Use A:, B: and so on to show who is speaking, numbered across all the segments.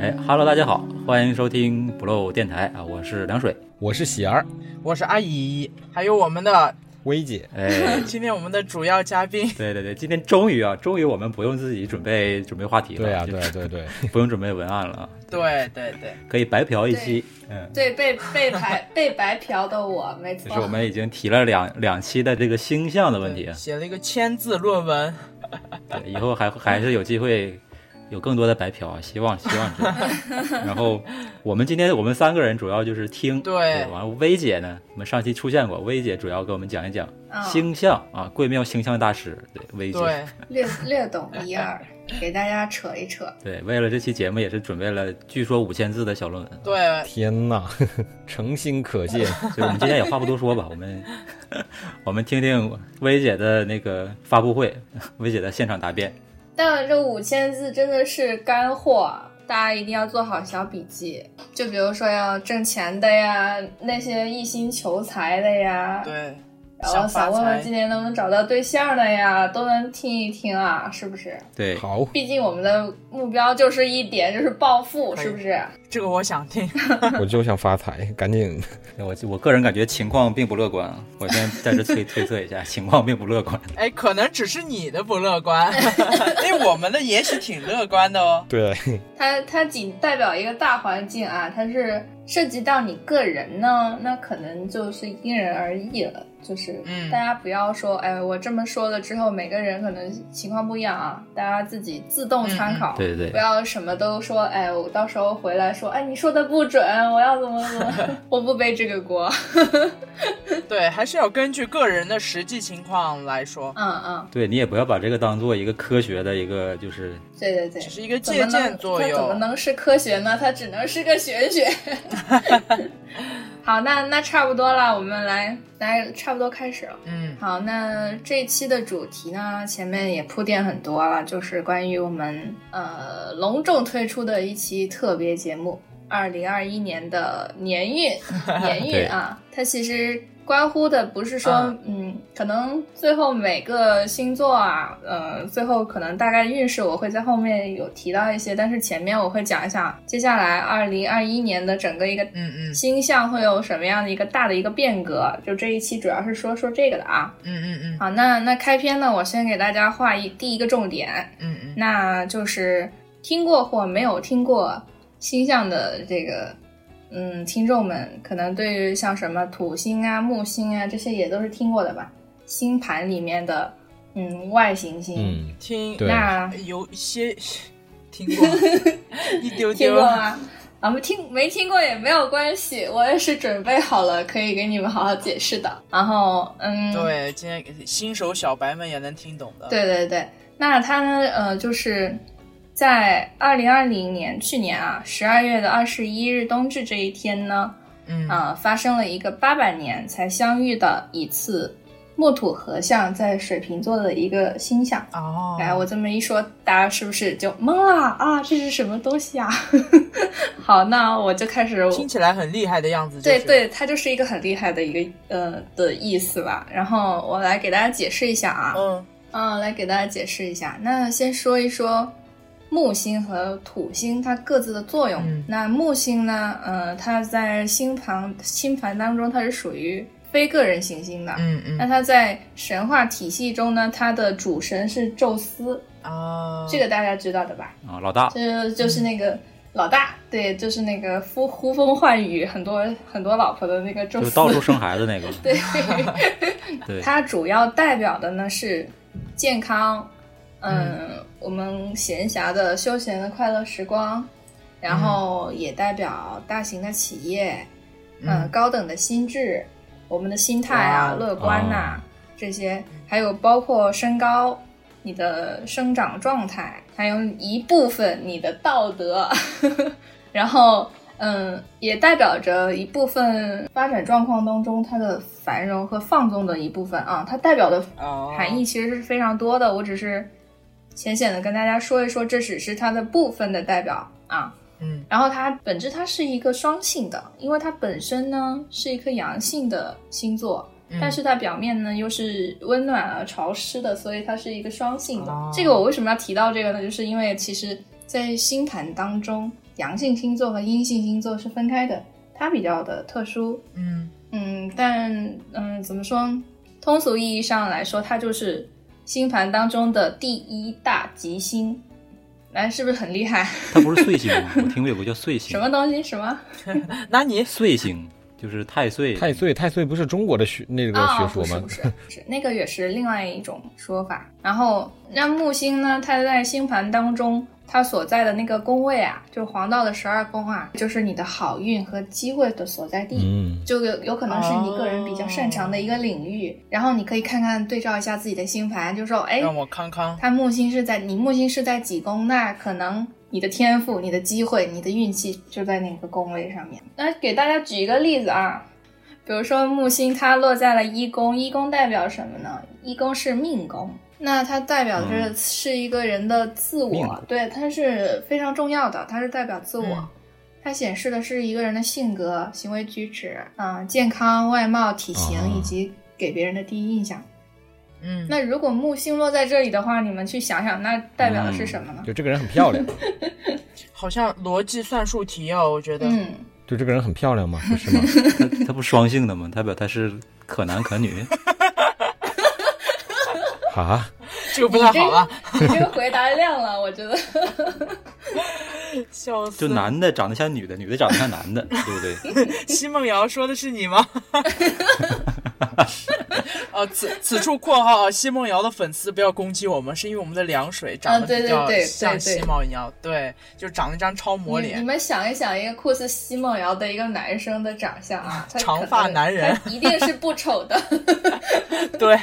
A: 哎哈喽，大家好，欢迎收听不漏电台啊，我是凉水。
B: 我是喜儿，
C: 我是阿姨，还有我们的
B: 薇姐，
A: 哎，
C: 今天我们的主要嘉宾，
A: 对对对，今天终于啊，终于我们不用自己准备准备话题了，
B: 对啊，
A: 就
B: 对啊，对啊对啊，
A: 不用准备文案了啊，
C: 对对对，
A: 可以白嫖一期。嗯，
D: 对被被白被白嫖的我，没
A: 就
D: 错
A: 是。我们已经提了两两期的这个星象的问题啊
C: 对，写了一个千字论文，
A: 对，以后还还是有机会有更多的白嫖啊，希望希望这样。然后我们今天我们三个人主要就是听，
C: 对
A: 完了薇姐呢，我们上期出现过，薇姐主要给我们讲一讲
D: 嗯
A: 星象、啊，贵庙星象大师，对，薇姐，
C: 对
D: 略略懂一二，给大家扯一扯。
A: 对，为了这期节目也是准备了据说五千字的小论文，
C: 对，
B: 天呐， 诚心可见，
A: 所以我们今天也话不多说吧，我们 我们听听薇姐的那个发布会， 薇姐的现场答辩。
D: 但这五千字真的是干货，啊大家一定要做好小笔记。就比如说要挣钱的呀，那些一心求财的呀，
C: 对，
D: 然后
C: 想发
D: 想问问
C: 财
D: 今，年能不能找到对象的呀，都能听一听啊，是不是？
A: 对，
B: 好，
D: 毕竟我们的目标就是一点，就是暴富，
C: 可以
D: 是不是？
C: 这个我想听，
B: 我就想发财，赶紧，
A: 我我个人感觉情况并不乐观，啊，我先在这推推测一下， 情况并不乐观。
C: 哎，可能只是你的不乐观， 因为我们的也许挺乐观的哦，
B: 对，
D: 它它仅代表一个大环境啊，它是涉及到你个人呢，那可能就是因人而异了。就是
C: 嗯
D: 大家不要说，哎，我这么说了之后，每个人可能情况不一样啊，大家自己自动参考。
A: 对对
D: 不
A: 对，
D: 要什么都说，哎，我到时候回来说，哎，你说的不准，我要怎么怎么， 我不背这个锅。
C: 对，还是要根据个人的实际情况来说，
D: 嗯嗯，
A: 对你也不要把这个当做一个科学的一个就是
D: 对对对
C: 只。是一个
D: 怎么
C: 借
D: 能
C: 鉴作
D: 它怎么
C: 用，
D: 能是科学呢？它只能是个玄 学。好，那那差不多了，我们来来，差不多开始了。
C: 嗯，
D: 好，那这一期的主题呢，前面也铺垫很多了，就是关于我们呃隆重推出的一期特别节目，二零二一年的年运年
A: 对
D: 运啊，它其实。关乎的不是说，
C: 嗯
D: 嗯，可能最后每个星座啊，呃，最后可能大概运势我会在后面有提到一些，但是前面我会讲一下，接下来二零二一年的整个一个
C: 嗯嗯
D: 星象会有什么样的一个大的一个变革？就这一期主要是说说这个的啊。
C: 嗯嗯嗯
D: 好，那那开篇呢，我先给大家画一第一个重点，
C: 嗯嗯，
D: 那就是听过或没有听过星象的这个。嗯，听众们可能对于像什么土星啊、木星啊这些也都是听过的吧？星盘里面的嗯外行星，
B: 嗯，
C: 听
B: 对
D: 那
C: 有一些听过 一丢
D: 听
C: 丢
D: 过，吗？啊，没听没听过也没有关系，我也是准备好了，可以给你们好好解释的。然后，嗯，
C: 对，今天新手小白们也能听懂的，
D: 对对对，那它呢？呃，就是在二零二零年去年啊，十二月的二十一日冬至这一天呢，
C: 嗯
D: 呃，发生了一个八百年才相遇的一次木土合相在水瓶座的一个星象。
C: 哦，
D: 哎，我这么一说，大家是不是就懵了啊？这是什么东西啊？ 好，那我就开始
C: 听起来很厉害的样子、就是，
D: 对，对，它就是一个很厉害的一个呃的意思吧。然后我来给大家解释一下啊。
C: 嗯
D: 嗯，来给大家解释一下。那先说一说木星和土星它各自的作用。
C: 嗯
D: 那木星呢，呃，它在星盘星盘当中它是属于非个人行星的。
C: 嗯嗯
D: 那它在神话体系中呢，它的主神是宙斯，
A: 哦
C: 啊，
D: 嗯这个大家知道的吧？
A: 啊老大，
D: 这就是
A: 嗯
D: 那个老大，对，就是那个呼呼风唤雨，很多很多老婆的那个宙
A: 就
D: 斯。
A: 到处生孩子那个，
D: 对，
A: 对
D: 它主要代表的呢是健康，嗯，我们闲暇的休闲的快乐时光，然后也代表大型的企业，嗯，高等的心智，我们的心态
C: 哇
D: 啊
C: 哦、
D: 乐观呐、这些，还有包括身高。你的生长状态，还有一部分你的道德， 然后嗯，也代表着一部分发展状况当中它的繁荣和放纵的一部分啊，它代表的
C: 哦
D: 含义其实是非常多的。我只是浅显的跟大家说一说，这只是它的部分的代表啊。
C: 嗯
D: 然后它本质它是一个双性的，因为它本身呢是一颗阳性的星座，
C: 嗯
D: 但是它表面呢又是温暖而潮湿的，所以它是一个双性的。
C: 哦
D: 这个我为什么要提到这个呢？就是因为其实，在星盘当中，阳性星座和阴性星座是分开的，它比较的特殊。
C: 嗯
D: 嗯，但嗯，怎么说？通俗意义上来说，它就是星盘当中的第一大吉星。来，是不是很厉害？
A: 它不是岁星吗？ 我听过有个叫岁星
D: 什，么东西？什么？
C: 那你
A: 岁星就是太岁，
B: 太岁，太岁不是中国的学那个
D: 啊，
B: 学说吗
D: 不？是不是，不是那个也是另外一种说法。然后，那木星呢，它在星盘当中，它所在的那个宫位啊，就是黄道的十二宫啊，就是你的好运和机会的所在地。
B: 嗯，
D: 就有有可能是你个人比较擅长的一个领域，然后你可以看看对照一下自己的星盘，就说，哎，
C: 哦让我康康，
D: 他木星是在你木星是在几宫，那可能你的天赋、你的机会、你的运气就在哪个宫位上面。那给大家举一个例子啊，比如说木星它落在了一宫，一宫代表什么呢？一宫是命宫，那它代表着
A: 嗯
D: 是一个人的自
B: 命
D: 我，
B: 宫
D: 对，它是非常重要的，它是代表自我。
C: 嗯
D: 它显示的是一个人的性格、行为举止，啊、健康、外貌、体型、
B: 啊
D: 以及给别人的第一印象。
C: 嗯，
D: 那如果木星落在这里的话，你们去想想，那代表的是什么呢？
B: 就这个人很漂 亮，
C: 好像逻辑算术题哦，我觉得，
D: 嗯，
B: 就这个人很漂亮吗？不是吗？
A: 它它不是双性的吗？代表它是可男可女。
B: 啊，
C: 这个不太好啊，
D: 你这个嗯回答亮了，我觉得。
C: 笑死。
A: 就男的长得像女的，女的长得像男的， 对不对？
C: 奚梦瑶说的是你吗？呃，此此处括号啊，奚梦瑶的粉丝不要攻击我们，是因为我们的凉水长
D: 啊
C: 得
D: 对
C: 比较
D: 对对
C: 像
D: 对对
C: 奚梦瑶，对，就长了一张超 模
D: 你你
C: 脸，
D: 们想一想，一个酷似奚梦瑶的一个男生的长相啊，他
C: 长发
D: 可能
C: 男人
D: 他一定是不丑的。
C: 对，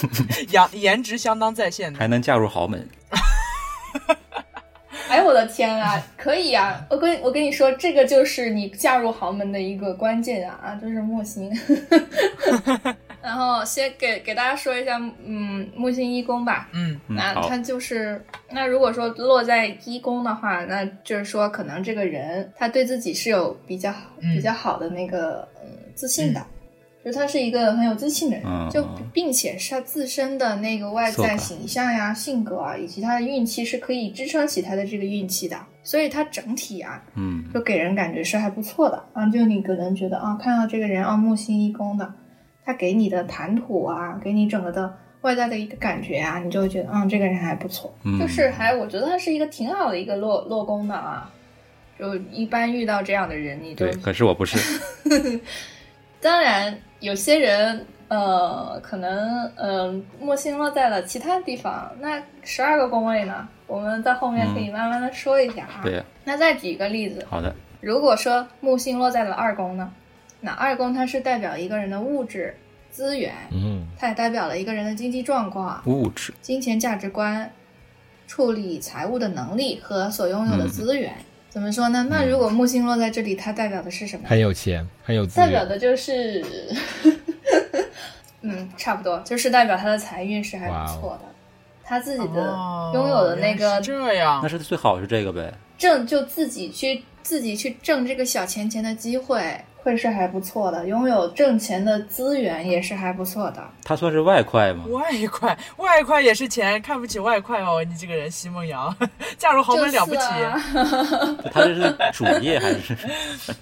C: 颜颜值相当在线的。
A: 还能嫁入豪门，
D: 哎，我的天啊，可以啊！我跟我跟你说，这个就是你嫁入豪门的一个关键啊，啊，就是木星。 然后先给给大家说一下，嗯，木星一宫吧。
C: 嗯
A: 嗯，
D: 那
A: 好
D: 他，就是，那如果说落在一宫的话，那就是说可能这个人他对自己是有比较好、
C: 嗯
D: 比较好的那个嗯自信的，就是他是一个很有自信的人，
A: 嗯
D: 就
A: 嗯
D: 并且是他自身的那个外
A: 错
D: 在
A: 感
D: 形象呀、性格啊，以及他的运气是可以支撑起他的这个运气的，所以他整体啊
A: 嗯，
D: 就给人感觉是还不错的啊，就你可能觉得啊，看到这个人啊，木星一宫的，他给你的谈吐啊，给你整个的外在的一个感觉啊，你就会觉得，嗯，这个人还不错，
A: 嗯
D: 就是还我觉得他是一个挺好的一个落落宫的啊，就一般遇到这样的人，你就
A: 对，可是我不是，
D: 当然有些人。呃，可能呃，木星落在了其他地方。那十二个宫位呢？我们在后面可以慢慢的说一下啊。
A: 嗯对，
D: 那再举一个例子，
A: 好的，
D: 如果说木星落在了二宫呢，那二宫它是代表一个人的物质资源，
B: 嗯，
D: 它也代表了一个人的经济状况、
A: 物质，
D: 金钱价值观、处理财务的能力和所拥有的资源。怎么说呢？那如果木星落在这里，它代表的是什么？
B: 很有钱，很有资
D: 代表
B: 源，
D: 的就是，嗯，差不多，就是代表他的财运是还不错的，他自己的
C: 哦
D: 拥有的那
C: 原来
D: 个
C: 是这样
D: 哦
A: 那，是最好是这个呗，
D: 挣就自己去自己去挣这个小钱钱的机会，会是还不错的。拥有挣钱的资源也是还不错的。
A: 它算是外快吗？
C: 外快，外快也是钱，看不起外快哦，你这个人，奚梦瑶， 嫁入豪门哦了不起，
D: 就是 啊、
A: 它这是主业还是？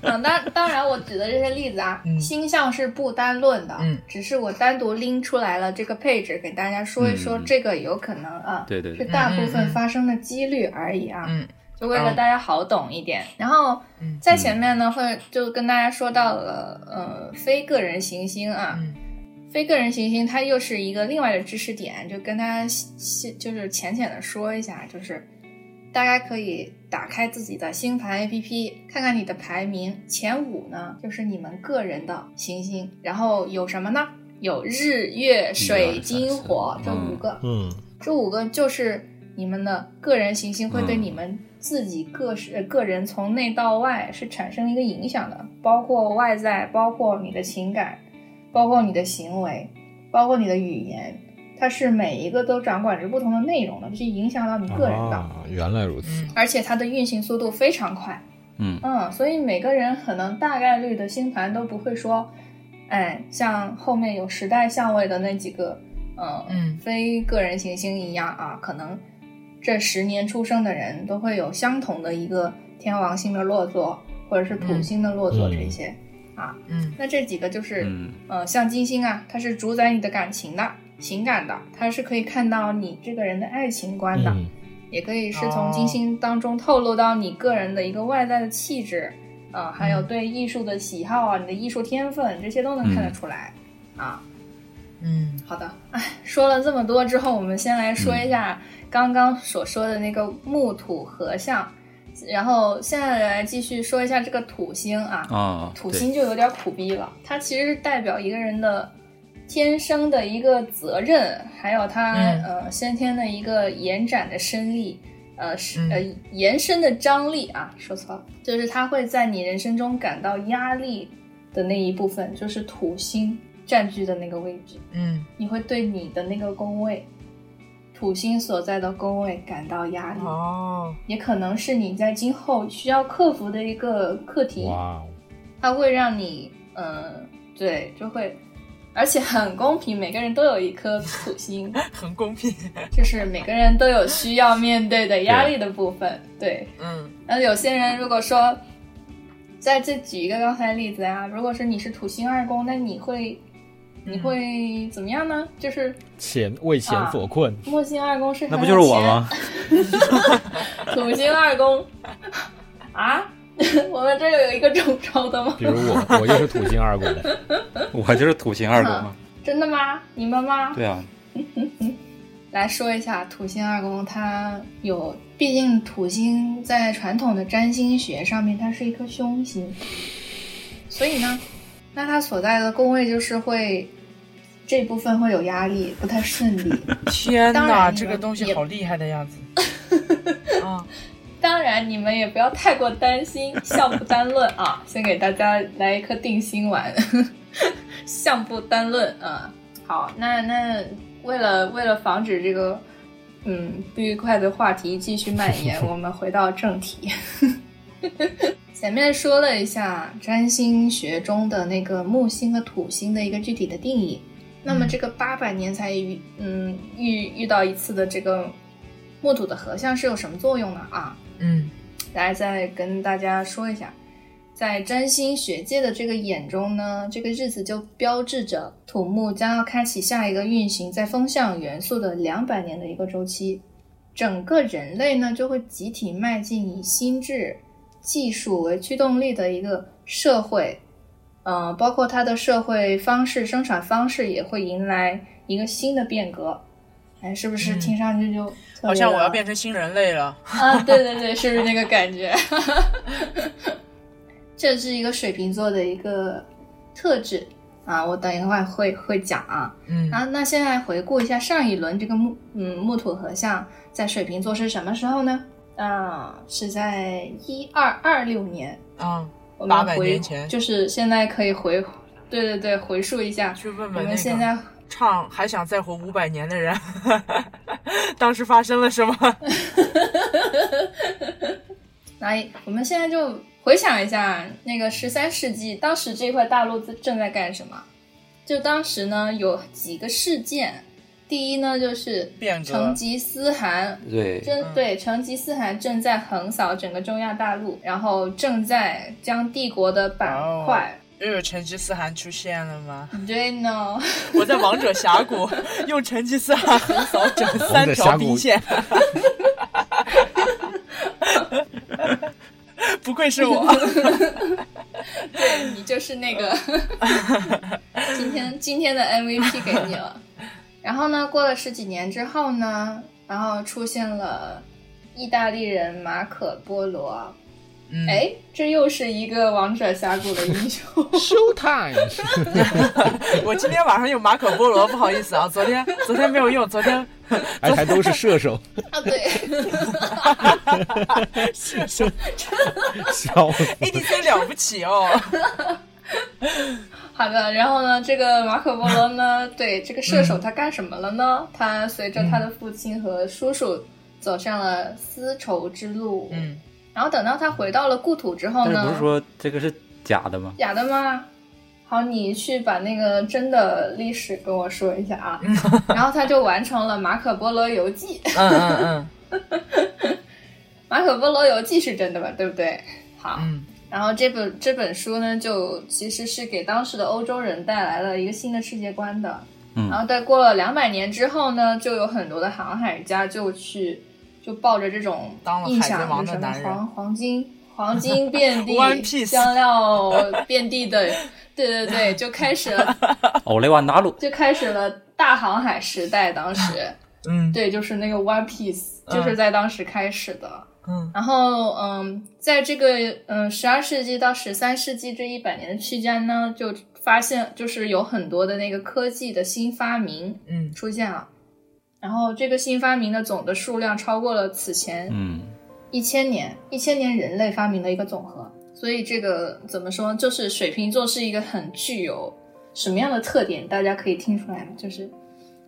D: 嗯，当当然，我举的这些例子啊，
C: 嗯
D: 星象是不单论的，
C: 嗯
D: 只是我单独拎出来了这个配置给大家说一说，
A: 嗯嗯嗯，
D: 这个有可能啊
A: 对对
D: 是
A: 对，
D: 大部分发生的几率而已啊。
C: 嗯哦
D: 就为了大家好懂一点。然后
C: 嗯
D: 在前面呢，会就跟大家说到了，呃，非个人行星啊，
C: 嗯
D: 非个人行星它又是一个另外的知识点，就跟大家细细就是浅浅的说一下，就是大家可以打开自己的星盘 APP，看看你的排名，前五呢就是你们个人的行星，然后有什么呢？有日月水
A: 一二三
D: 金
A: 四
D: 火这五
A: 嗯
D: 个，
B: 嗯，
D: 这五个就是你们的个人行星会对你们自己个是、呃个人从内到外是产生一个影响的，包括外在，包括你的情感，包括你的行为，包括你的语言，它是每一个都掌管着不同的内容的，去影响到你个人的。
B: 啊，原来如此。
C: 嗯，
D: 而且它的运行速度非常快，
A: 嗯
D: 嗯，所以每个人可能大概率的星盘都不会说，哎，像后面有时代相位的那几个，呃，
C: 嗯
D: 非个人行星一样啊，可能这十年出生的人都会有相同的一个天王星的落座，或者是土星的落座
B: 嗯
D: 这些。
C: 嗯
D: 那这几个就是，
A: 嗯
D: 呃，像金星啊，它是主宰你的感情的、情感的，它是可以看到你这个人的爱情观的。
B: 嗯
D: 也可以是从金星当中透露到你个人的一个外在的气质，呃，还
B: 嗯
D: 有对艺术的喜好啊，你的艺术天分这些都能看得出来、啊。
C: 嗯
D: 好的， 哎，说了这么多之后，我们先来说一下
C: 嗯
D: 刚刚所说的那个木土合相，然后现在来继续说一下这个土星啊，
C: 哦
A: 啊，
D: 土
A: 对
D: 星就有点苦逼了，它其实是代表一个人的天生的一个责任，还有他、
C: 嗯
D: 呃先天的一个延展的伸力，呃是
C: 嗯
D: 呃延伸的张力啊，说错了，就是他会在你人生中感到压力的那一部分，就是土星占据的那个位置，
C: 嗯
D: 你会对你的那个宫位，土星所在的宫位感到压力，
C: 哦，
D: 也可能是你在今后需要克服的一个课题。
B: 哇哦，
D: 它会让你，嗯，对，就会，而且很公平，每个人都有一颗土星，
C: 很公平。
D: 就是每个人都有需要面对的压力的部分。对，
C: 嗯
D: 那有些人如果说，再再举一个刚才的例子啊，如果是你是土星二宫，那你会。你会怎么样呢？就是
B: 钱为钱所困，
D: 木星二宫是很
A: 那
D: 有
A: 不就是我
D: 钱
A: 吗？
D: 土星二宫 啊， 我们这有一个中招的吗？
B: 比如我，我 就是土星二宫，
A: 我就是土星二宫 嘛。
D: 真的吗？你们吗？
A: 对啊，
D: 来说一下土星二宫，它有，毕竟土星在传统的占星学上面，它是一颗凶星，所以呢，那它所在的宫位就是会这部分会有压力，不太顺 利。
C: 天
D: 当
C: 哪，
D: 然你
C: 这个
D: 们
C: 东西
D: 也
C: 好厉害的样 子。啊，
D: 当然，你们也不要太过担心，相不单论啊，先给大家来一颗定心丸， 相不单论啊。好，那那为了为了防止这个嗯不愉快的话题继续蔓延，我们回到正题。 前面说了一下占星学中的那个木星和土星的一个具体的定义，那么
C: 嗯
D: 这个八百年才遇嗯遇遇到一次的这个木土的合相是有什么作用呢？啊，
C: 嗯
D: 来再跟大家说一下，在占星学界的这个眼中呢，这个日子就标志着土木将要开启下一个运行在风象元素的两百年的一个周期，整个人类呢就会集体迈进以心智、技术为驱动力的一个社会，呃，包括它的社会方式、生产方式也会迎来一个新的变革。哎，是不是
C: 嗯
D: 听上去就特别
C: 好像我要
D: 的
C: 变成新人类了。
D: 啊，对对对，是不是那个感觉？ 这是一个水瓶座的一个特质啊，我等一会儿会会讲啊。
C: 嗯
D: 啊，那现在回顾一下上一轮这个木嗯木土合相在水瓶座是什么时候呢？啊，是在一二二六年，
C: 啊，
D: 我们
C: 800
D: 回
C: 年前
D: 就是现在可以回，对对对，回溯一下
C: 去问
D: 我
C: 问那
D: 们
C: 个
D: 现在
C: 唱《还想再活五百年》的人， 当时发生了什么？
D: 来，我们现在就回想一下那个十三世纪，当时这块大陆正在干什么？就当时呢有几个事件，第一呢就是
C: 变革嗯
D: 成吉思汗
A: 对，
D: 正对成吉思汗正在横扫整个中亚大陆，然后正在将帝国的
C: 哦
D: 板块，
C: 又有成吉思汗出现了吗？
D: 对呢，
C: 我在王者峡谷用成吉思汗横扫整
B: 王
C: 三
B: 者
C: 条
B: 峡谷
C: 兵线。 不愧是我，
D: 对你就是那个今天今天的 MVP 给你了。然后呢，过了十几年之后呢，然后出现了意大利人马可·波罗。
C: 嗯
D: 哎、这又是一个王者峡谷的英雄。
B: ，show time，
C: 我今天晚上有马可波罗，不好意思啊，昨天昨天没有用，昨天
B: 哎还还都是射手，
D: 啊，对，
C: 射手
B: 笑死。
C: ADC 了不起哦，
D: 好的，然后呢，这个马可波罗呢，对这个射手他干什么了呢？他随着他的父亲和叔叔走上了丝绸之路。，
C: 嗯，
D: 然后等到他回到了故土之后
A: 但是不
D: 呢
A: 是，说这个是假的吗？
D: 假的吗？好，你去把那个真的历史跟我说一下啊。然后他就完成了《马可波罗游记》。《
C: 嗯嗯嗯
D: 马可波罗游记》是真的吧？对不对？好，
C: 嗯
D: 然后这本这本书呢，就其实是给当时的欧洲人带来了一个新的世界观的。
A: 嗯
D: 然后在过了两百年之后呢，就有很多的航海家就去就抱着这种
C: 当了
D: 印
C: 海
D: 象，
C: 贼王
D: 就是
C: 的
D: 什
C: 男
D: 么
C: 人
D: 黄黄 金。黄金遍
C: One
D: 地，
C: Piece
D: 香料遍地的，对 对对，就开始了，
A: 欧雷瓦纳鲁，
D: 就开始了大航海时代。当时，
C: 嗯
D: 对，就是那个 One Piece，
C: 嗯
D: 就是在当时开始的。
C: 嗯
D: 然后，嗯，在这个嗯十二世纪到十三世纪这一百年的期间呢，就发现就是有很多的那个科技的新发明
C: 嗯
D: 出现了，然后这个新发明的总的数量超过了此前
A: 嗯，
D: 一千年，一千年人类发明的一个总和。所以这个怎么说，就是水瓶座是一个很具有什么样的特点，大家可以听出来吗？就是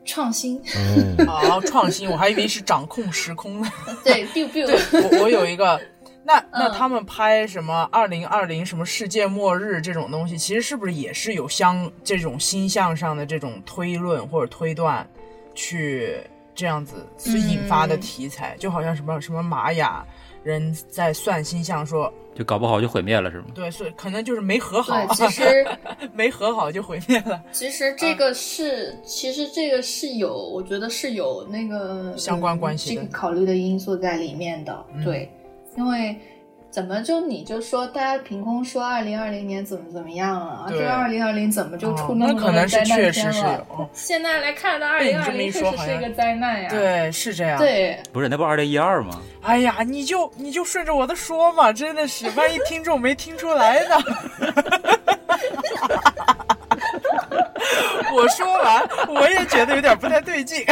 D: 创新，
B: 嗯，
C: 哦，创新，我还以为是掌控时空呢。
D: 对，biu biu，
C: 我我有一个，那那
D: 嗯
C: 他们拍什么二零二零什么世界末日这种东西，其实是不是也是有相这种星象上的这种推论或者推断，去这样子所引发的
D: 嗯
C: 题材，就好像什么什么玛雅人在算星象说，
A: 就搞不好就毁灭了是吗？
C: 对，所以可能就是没和好
D: 对，，其实。
C: 没和好就毁灭了，
D: 其实
C: 嗯
D: 这个是，其实这个是有，我觉得是有那个
C: 相关关系
D: 嗯
C: 的
D: 这个考虑的因素在里面的。
C: 嗯
D: 对，因为怎么就你就说大家凭空说二零二零年怎么怎么样了，啊
C: 对
D: 这二零二零怎么就出
C: 哦
D: 么
C: 那可
D: 多的
C: 能是
D: 灾难
C: 确
D: 片
C: 实是
D: 了？
C: 有，哦
D: 现在来看，那二
C: 被你
D: 零二
C: 这么一
D: 零确
C: 说
D: 实
C: 好
D: 是
C: 像
D: 一个灾难呀。
C: 对，啊是这样，。
D: 对，
A: 不是，那不二零一二吗？
C: 哎呀，你就你就顺着我的说嘛，真的 是，万一听众没听出来呢？我说完，我也觉得有点不太 对劲。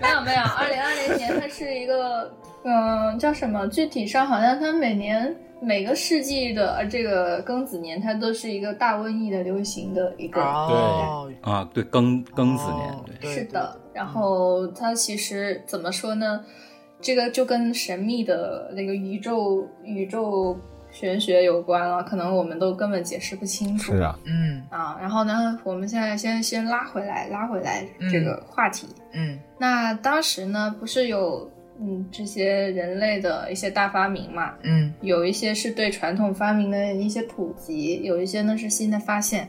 D: 没有没有，二零二零年它是一个，嗯、叫什么？具体上好像它每年每个世纪的呃这个庚子年，它都是一个大瘟疫的流行的一个。
B: 哦，
A: 啊，对，庚庚子年，对，
C: 哦对
D: 是的，然后它其实怎么说呢？这个就跟神秘的那个宇宙宇宙玄学有关了，可能我们都根本解释不清楚。
B: 是啊，
C: 嗯
D: 啊，然后呢，我们现在先先拉回来，拉回来
C: 嗯
D: 这个话题。
C: 嗯
D: 那当时呢，不是有嗯这些人类的一些大发明嘛？
C: 嗯
D: 有一些是对传统发明的一些普及，有一些呢是新的发现。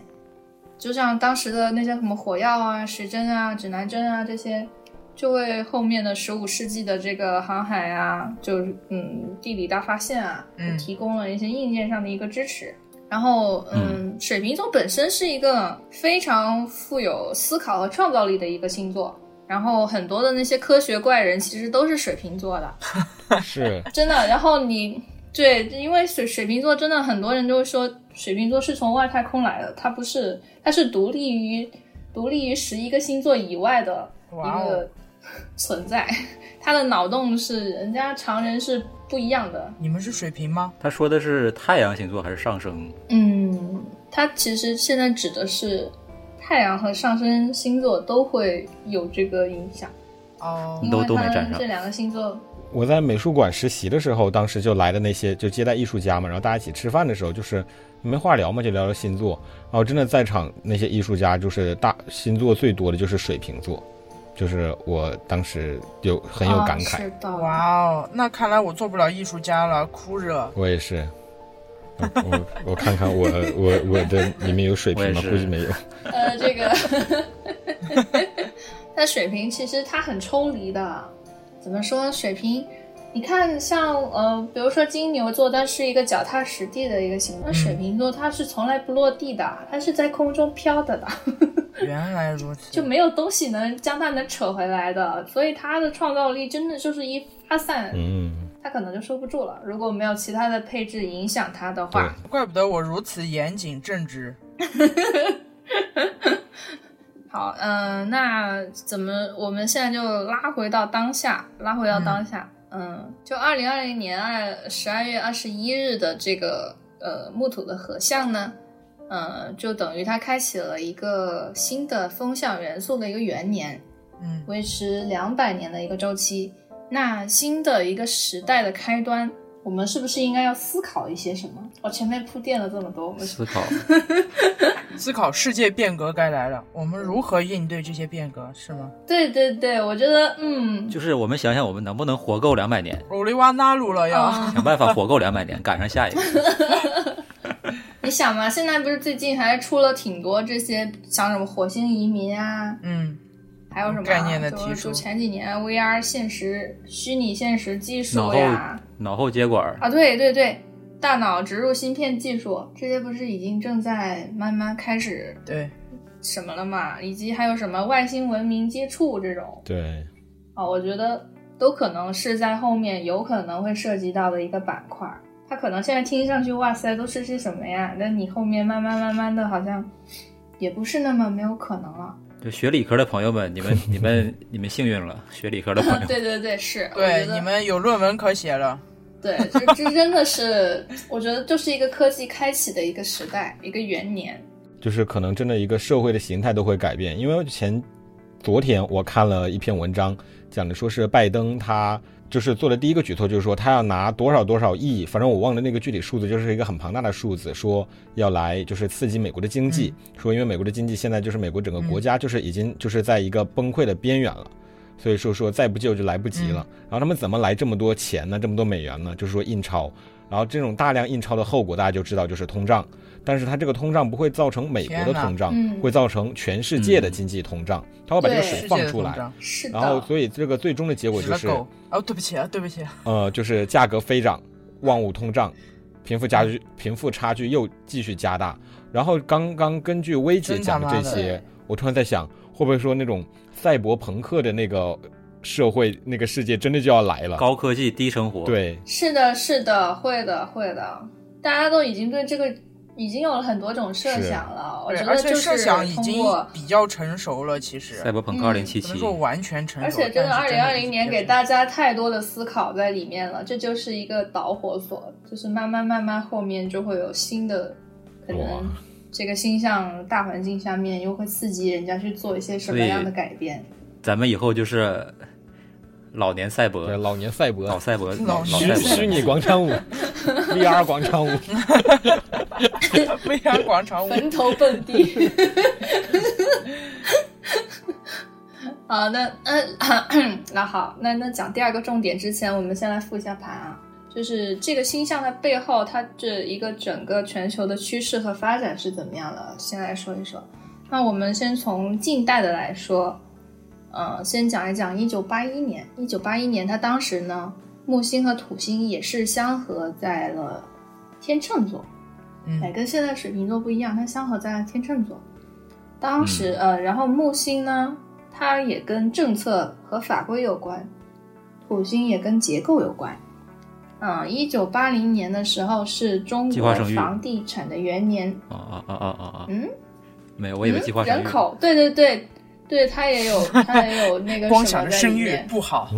D: 就像当时的那些什么火药啊、时针啊、指南针啊这些，就为后面的十五世纪的这个航海啊，就是嗯地理大发现啊，
C: 嗯
D: 提供了一些硬件上的一个支持。然后，嗯，水瓶座本身是一个非常富有思考和创造力的一个星座，然后很多的那些科学怪人其实都是水瓶座的。
B: 是，
D: 真的。然后你对，因为水水瓶座真的很多人就会说，水瓶座是从外太空来的，它不是，它是独立于独立于十一个星座以外的
C: 哇
D: 一
C: 哦
D: 个存在，它的脑洞是人家常人是不一样的。
C: 你们是水瓶吗？
A: 他说的是太阳星座还是上升？
D: 嗯，它其实现在指的是。太阳和上升星座都会有这个影响，
C: 哦
A: 嗯
D: 因
A: 都
D: 为
A: 都没
D: 它
A: 沾上
D: 这两个星座
B: 我在美术馆实习的时候，当时就来的那些就接待艺术家嘛，然后大家一起吃饭的时候，就是没话聊嘛，就聊聊星座。然后真的在场那些艺术家，就是大星座最多的就是水瓶座，就是我当时有很有
D: 啊
B: 感慨，
D: 是的，
C: 哇哦，那看来我做不了艺术家了，哭着。
A: 哦
B: 我也是。我我我看看我我我的你们有水平
A: 我也？
B: 吗
A: 是
B: 估计没有。
D: 呃，这个，但水瓶其实它很抽离的，怎么说？水瓶，你看像呃，比如说金牛座，它是一个脚踏实地的一个星座，那水
B: 嗯
D: 瓶座它是从来不落地的，它是在空中飘的的，
C: 原来如此，
D: 就没有东西能将它能扯回来的，所以它的创造力真的就是一发散，
B: 嗯，
D: 它可能就收不住了。如果没有其他的配置影响它的
B: 对
D: 话，
C: 怪不得我如此严谨正直。
D: 好，嗯、那怎么我们现在就拉回到当下，拉回到当下，嗯，就二零二零年二十二月二十一日的这个呃木土的合相呢，呃，就等于它开启了一个新的风象元素的一个元年，
C: 嗯
D: 维持两百年的一个周期。那新的一个时代的开端，我们是不是应该要思考一些什么？我、前面铺垫了这么多，我们
A: 思考，
C: 思考世界变革该来了，我们如何应对这些变
D: 嗯
C: 革，是吗？
D: 对对对，我觉得嗯，
A: 就是我们想想我们能不能活够两百年，
C: 欧利瓦纳鲁了呀，
D: 啊
A: 想办法活够两百年，赶上下一个。
D: 你想嘛，现在不是最近还出了挺多这些，像什么火星移民啊，
C: 嗯
D: 还有什么啊
C: 概念的提出
D: 就是说前几年 VR 现实、虚拟现实技
A: 脑
D: 术
A: 后
D: 呀，
A: 脑后接管儿，
D: 啊，对对对，大脑植入芯片技术，这些不是已经正在慢慢开始
C: 对，
D: 什么了嘛？以及还有什么外星文明接触这种
B: 对，
D: 啊，我觉得都可能是在后面有可能会涉及到的一个板块儿。它可能现在听上去哇塞都是些什么呀？那你后面慢慢慢慢的，好像也不是那么没有可能了。
A: 就学理科的朋友们，你们你们你们幸运了，学理科的朋友。
D: 对对对，是。我
C: 对
D: 觉，得
C: 你们有论文可写了，
D: 对，这这真的是，我觉得就是一个科技开启的一个时代，一个元年。
B: 就是可能真的一个社会的形态都会改变。因为前昨天我看了一篇文章，讲的说是拜登他就是做的第一个举措，就是说他要拿多少多少亿，反正我忘了那个具体数字，就是一个很庞大的数字，说要来就是刺激美国的经济，说因为美国的经济现在就是美国整个国家就是已经就是在一个崩溃的边缘了。所以说说再不救就来不及了。然后他们怎么来这么多钱呢？这么多美元呢？就是说印钞。然后这种大量印钞的后果，大家就知道就是通胀。但是它这个通胀不会造成美国的
C: 天哪嗯
B: 通胀，
D: 嗯
B: 会造成全世界的经济通胀。它会把这个
D: 对
B: 水
C: 世
B: 放
C: 界的
B: 出
C: 通
B: 来。
C: 胀，
D: 是的，
B: 然后，所以这个最终的结果
C: 死
B: 就
C: 了
B: 是，
C: 狗。哦，对不起啊，对不起啊，
B: 呃，就是价格飞涨，万物通胀，贫富差距贫富差距又继续加大。然后刚刚根据薇姐
C: 真
B: 讲
C: 他妈
B: 这
C: 的
B: 些，我突然在想，会不会说那种赛博朋克的那个社会、那个世界真的就要来了？
A: 高科技低生活，，
B: 对，
D: 是的，是的，会的，会的，大家都已经对这个已经有了很多种设想了。我
C: 对
D: 觉，
C: 而
D: 得
C: 且
D: 就
C: 设
D: 是
C: 想已
D: 通
C: 经
D: 过，
C: 比较成熟了，其实
A: 赛博朋克
D: 嗯
A: 二零七
C: 不
A: 七
C: 能，说完全成熟，
D: 而且这个
C: 但
D: 二
C: 是
D: 零
C: 真
D: 二
C: 的
D: 零年 给大家太多的思考在里面了，这就是一个导火索，就是慢慢慢慢后面就会有新的可
B: 哇
D: 能。这个星象大环境下面又会刺激人家去做一些什么
A: 所以
D: 样的改变？
A: 咱们以后就是老年赛博
B: 对，，老年赛博
A: 老，赛博，
C: 老
A: 老赛
C: 年
B: 虚
A: 博，
B: 虚拟广 场舞，VR 广场舞，
C: VR 广场 舞，
D: 坟头蹦迪。 好，那嗯，那好，那那讲第二个重点之前，我们先来复一下盘啊，就是这个星象的背后，它这一个整个全球的趋势和发展是怎么样的？先来说一说。那我们先从近代的来说，呃，先讲一讲一九八一年。一九八一年，它当时呢，木星和土星也是相合在了天秤座，
C: 嗯
D: 哎，跟现在水瓶座不一样，它相合在天秤座。当时、
A: 嗯
D: 呃，然后木星呢，它也跟政策和法规有关，土星也跟结构有关。嗯、一九八零年的时候是中
A: 计
D: 国
A: 划生育
D: 房地产的元年，
A: 啊啊啊啊啊啊！
D: 嗯，
A: 没有，我以为计划
D: 嗯、
A: 生育
D: 人口，对对对对，它也有它也有那 个
C: 光
D: 什
C: 想
D: 么
C: 着
D: 在里
C: 生育
D: 面
C: 不好，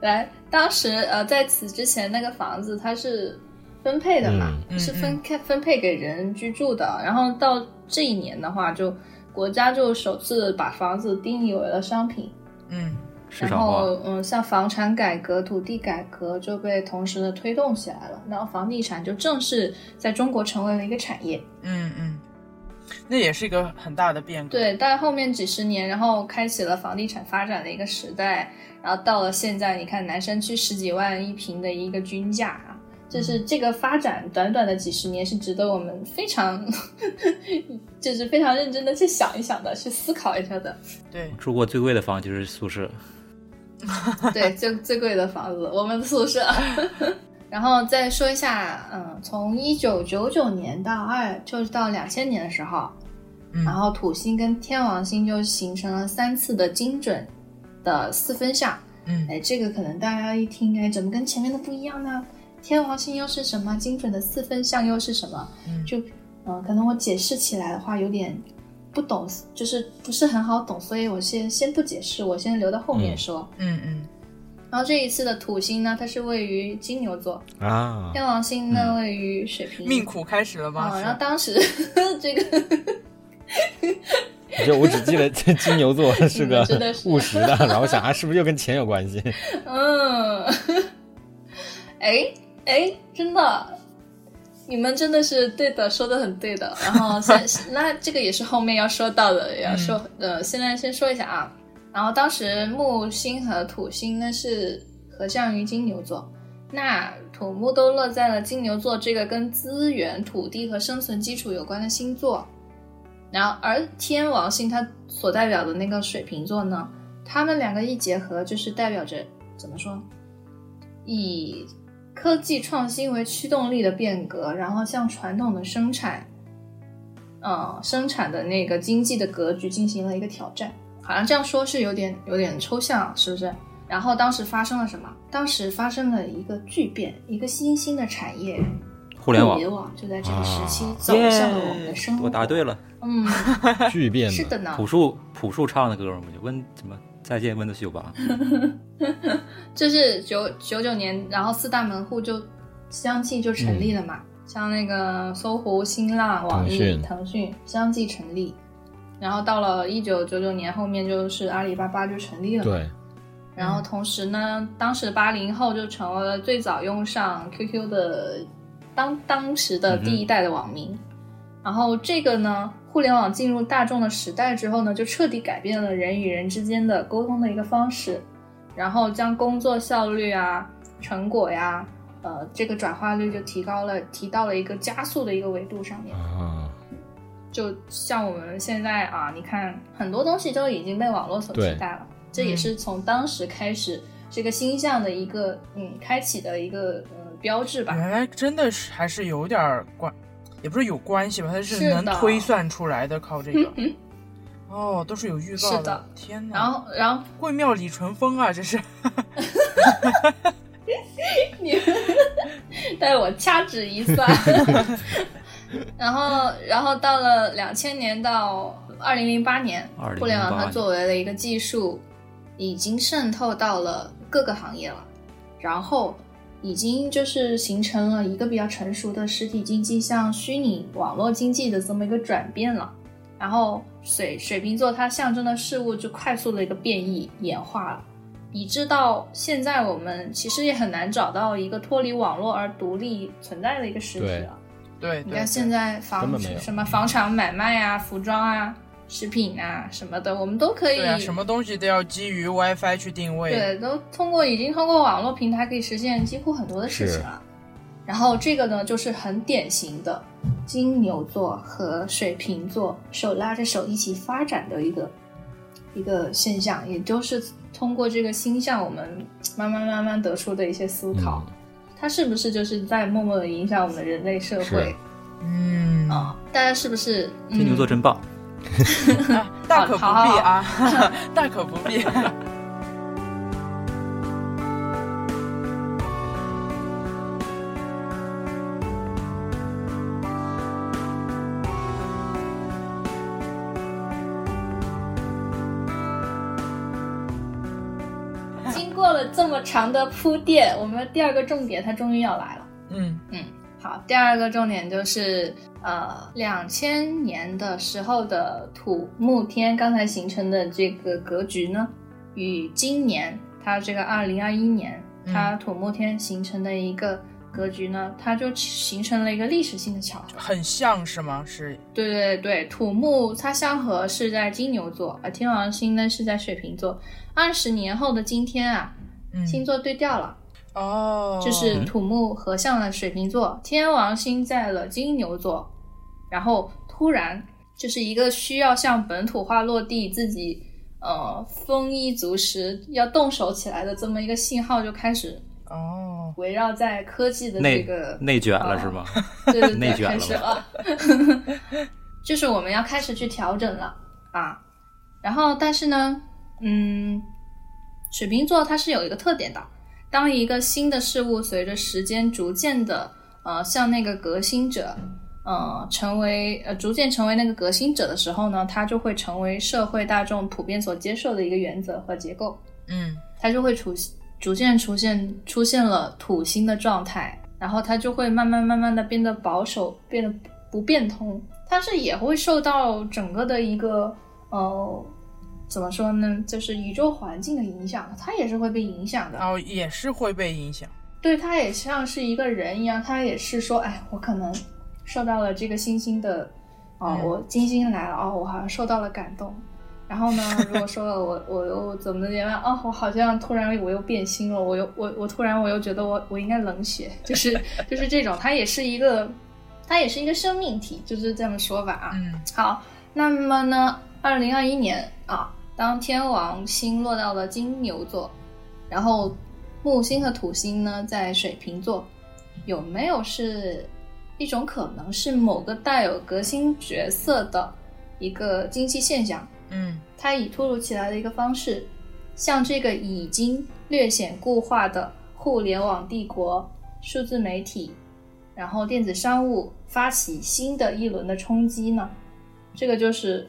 D: 来，当时呃，在此之前那个房子它是分配的嘛，
C: 嗯
D: 是
C: 嗯
D: 分
C: 嗯
D: 开分配给人居住的。然后到这一年的话，就国家就首次把房子定义为了商品。
C: 嗯
A: 市
D: 然
A: 场化，
D: 后嗯，像房产改革、土地改革就被同时的推动起来了。然后房地产就正式在中国成为了一个产业。
C: 嗯嗯，那也是一个很大的变革，
D: 对，但后面几十年，然后开启了房地产发展的一个时代，然后到了现在，你看南山区十几万一平的一个均价啊，就是这个发展短短的几十年是值得我们非常， 就是非常认真的去想一想的，去思考一下的。
C: 对，
A: 住过最贵的房就是宿舍，
D: 对，最最贵的房子，我们的宿舍。然后再说一下，嗯，从一九九九年到二，就是到两千年的时候，
C: 嗯
D: 然后土星跟天王星就形成了三次的精准的四分相。
C: 嗯
D: 哎，这个可能大家一听，哎，怎么跟前面的不一样呢？天王星又是什么？精准的四分相又是什么？
C: 嗯
D: 就，呃，可能我解释起来的话有点不懂，就是不是很好懂，所以我先先不解释，我先留到后面
B: 嗯
D: 说。
C: 嗯嗯
D: 然后这一次的土星呢，它是位于金牛座，
B: 啊，
D: 天王星呢位于水瓶。
C: 嗯命苦开始了吗？
D: 啊，
C: 是
D: 然后当时 这个
B: 就我只记得这金牛座是个
D: 嗯真的是
B: 务实的，然后我想啊，是不是又跟钱有关系？
D: 嗯， 哎哎，真的，你们真的是对的，说的很对的。然后先，那这个也是后面要说到的，也要说、呃，现在先说一下啊。然后当时木星和土星呢是合相于金牛座，那土木都落在了金牛座这个跟资源、土地和生存基础有关的星座。然后，而天王星它所代表的那个水瓶座呢，他们两个一结合，就是代表着怎么说，以科技创新为驱动力的变革，然后向传统的生产，呃，生产的那个经济的格局进行了一个挑战。好像这样说是有点有点抽象，是不是？然后当时发生了什么？当时发生了一个巨变，一个新兴的产业
A: 互联网
D: 互。联网就在这个时期
B: 啊
D: 走向了我们的生活。
A: 我答对了，
D: 嗯，
B: 巨变
D: 是
B: 的，
D: 的呢
A: 朴，树朴树唱的歌嘛，就问怎么再见 Windows 九八，
D: 这是九九九年，然后四大门户就相继就成立了嘛，像那个搜狐、新浪、
B: 嗯
D: 网
B: 腾
D: 易、
B: 讯
D: 腾讯相继成立，然后到了一九九九年后面就是阿里巴巴就成立了嘛，
B: 对，
D: 然后同时呢，当时八零后就成为了最早用上 QQ 的当当时的第一代的网民。然后这个呢，互联网进入大众的时代之后呢，就彻底改变了人与人之间的沟通的一个方式，然后将工作效率啊、成果呀、呃这个转化率就提高了，提到了一个加速的一个维度上面。
B: 啊，
D: 就像我们现在啊，你看很多东西都已经被网络所替代了，这也是从当时开始这个星象的一个嗯开启的一个呃标志吧。
C: 原来真的是还是有点儿关，也不是有关系吧，它
D: 是
C: 是
D: 的嗯
C: 能推算出来的，靠这个。哦，都是有预告
D: 是的
C: 天哪！
D: 然后，然后
C: 贵庙李淳风啊，这 是
D: 你带我掐指一算， 然后，然后到了两千年到二零零八年，
A: 2008
D: 互联网它
A: 年
D: 作为了一个技术，已经渗透到了各个行业了，然后已经就是形成了一个比较成熟的实体经济向虚拟网络经济的这么一个转变了。然后水水瓶座它象征的事物就快速的一个变异演化了，以致到现在我们其实也很难找到一个脱离网络而独立存在的一个实体
B: 对
D: 了。
C: 对
D: 你
C: 对
D: 看现在
B: 根
D: 房
B: 本没有
D: 什么房产买卖啊、服装啊、食品啊什么的，我们都可以
C: 对啊，什么东西都要基于 WiFi 去定位。
D: 对，都通过已经通过网络平台可以实现几乎很多的事情了。然后这个呢，就是很典型的金牛座和水瓶座手拉着手一起发展的一个一个现象，也就是通过这个星象，我们慢慢慢慢得出的一些思考，
B: 嗯
D: 它是不是就是在默默的影响我们人类社
B: 是
D: 会
C: 嗯，
D: 啊、大家是不是
A: 金牛座
D: 嗯
A: 真棒。
C: 啊大可不必
D: 好好
C: 啊， 大可不 必。
D: 经过了这么长的铺垫，我们第二个重点它终于要来了。
C: 嗯，
D: 好，第二个重点就是，呃，两千年的时候的土木天刚才形成的这个格局呢，与今年它这个二零二一年
C: 嗯
D: 它土木天形成的一个格局呢，它就形成了一个历史性的巧合。
C: 很像是吗？是
D: 对对对，土木它相合是在金牛座，而天王星呢是在水瓶座。二十年后的今天啊，
C: 嗯
D: 星座对调了。
C: 哦，
D: 就是
A: 嗯
D: 土木合向了水瓶座，天王星在了金牛座，然后突然就是一个需要向本土化落地、自己呃丰衣足食、要动手起来的这么一个信号，就开始
C: 哦，
D: 围绕在科技的嗯这
A: 内
D: 个
A: 内卷了是吗？
D: 对对对，
A: 内卷
D: 开
A: 了
D: 始了， 就是我们要开始去调整了啊。然后，但是呢，嗯，水瓶座它是有一个特点的，当一个新的事物随着时间逐渐的呃向那个革新者呃成为呃逐渐成为那个革新者的时候呢，它就会成为社会大众普遍所接受的一个原则和结构。
C: 嗯
D: 它就会出逐渐出现出现了土星的状态，然后它就会慢慢慢慢的变得保守，变得不变通。它是也会受到整个的一个呃，怎么说呢，就是宇宙环境的影响，它也是会被影响的。
C: 然后也是会被影响。
D: 对他也像是一个人一样，他也是说，哎，我可能受到了这个星星的，哦，
C: 嗯
D: 我金星来了，哦，我好像受到了感动。然后呢，如果说我我又怎么怎么样，哦，我好像突然我又变心了，我又我我突然我又觉得我我应该冷血，就是就是这种，他也是一个，他也是一个生命体，就是这么说吧啊。
C: 嗯
D: 好，那么呢，二零二一年啊，当天王星落到了金牛座，然后木星和土星呢在水瓶座，有没有是一种可能是某个带有革新角色的一个经济现象？
C: 嗯
D: 它以突如其来的一个方式，向这个已经略显固化的互联网帝国、数字媒体，然后电子商务发起新的一轮的冲击呢？这个就是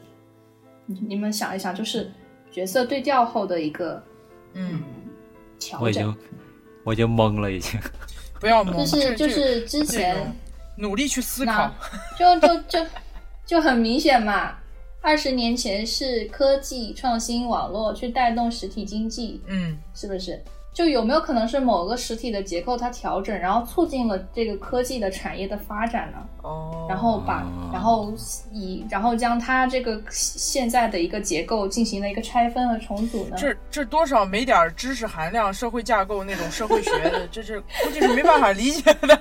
D: 你你们想一想，就是角色对调后的一个
C: 嗯，
D: 调
A: 我已
D: 整，
A: 经我已经懵了，已经。
C: 不要懵，
D: 就是
C: 嗯这
D: 就是之
C: 这个
D: 前
C: 努力去思
D: 那
C: 考。
D: 就就就就很明显嘛。二十年前是科技创新网络去带动实体经济，
C: 嗯
D: 是不是？就有没有可能是某个实体的结构它调整，然后促进了这个科技的产业的发展呢？
C: 哦，
D: 然后把
A: 哦，
D: 然后以，然后将它这个现在的一个结构进行了一个拆分和重组呢？
C: 这这多少没点儿知识含量、社会架构那种社会学 的，这是估计是没办法理解 的。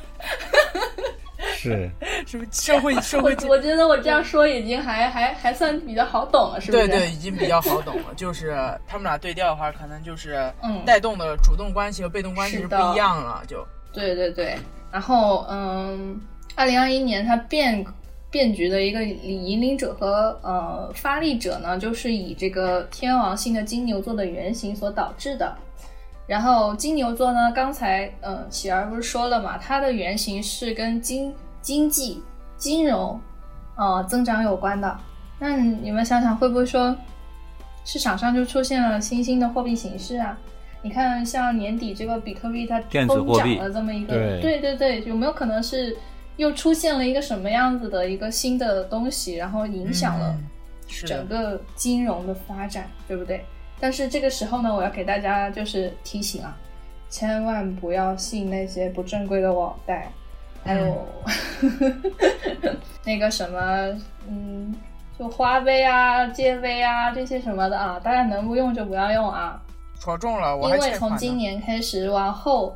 B: 是
C: 什么社会社
D: 我
C: 会
D: 我觉得我这样说已经还还还算比较好懂了，是不 是？
C: 对对，已经比较好懂了。就是他们俩对调的话，可能就是
D: 嗯
C: 带动的主动关系和被动关系
D: 是
C: 是不
D: 的
C: 一样了。就
D: 对对对，然后嗯，二零二一年它变变局的一个引领者和呃发力者呢，就是以这个天王星的金牛座的原型所导致的。然后金牛座呢，刚才呃喜儿不是说了嘛，它的原型是跟经经济、金融呃增长有关的。那你们想想，会不会说市场上就出现了新兴的货币形式啊？你看，像年底这个比特币它
A: 电子
D: 疯
A: 货
D: 涨
A: 币
D: 了这么一个，
B: 对
D: 对对对，有没有可能是又出现了一个什么样子的一个新的东西，然后影响了
C: 嗯是的
D: 整个金融的发展，对不对？但是这个时候呢，我要给大家就是提醒啊，千万不要信那些不正规的网贷，还有、 那个什么，嗯，就花呗啊、借呗啊这些什么的啊，大家能不用就不要用啊。
C: 戳中了，我
D: 因
C: 还
D: 为
C: 欠款
D: 从
C: 呢
D: 今年开始 往后，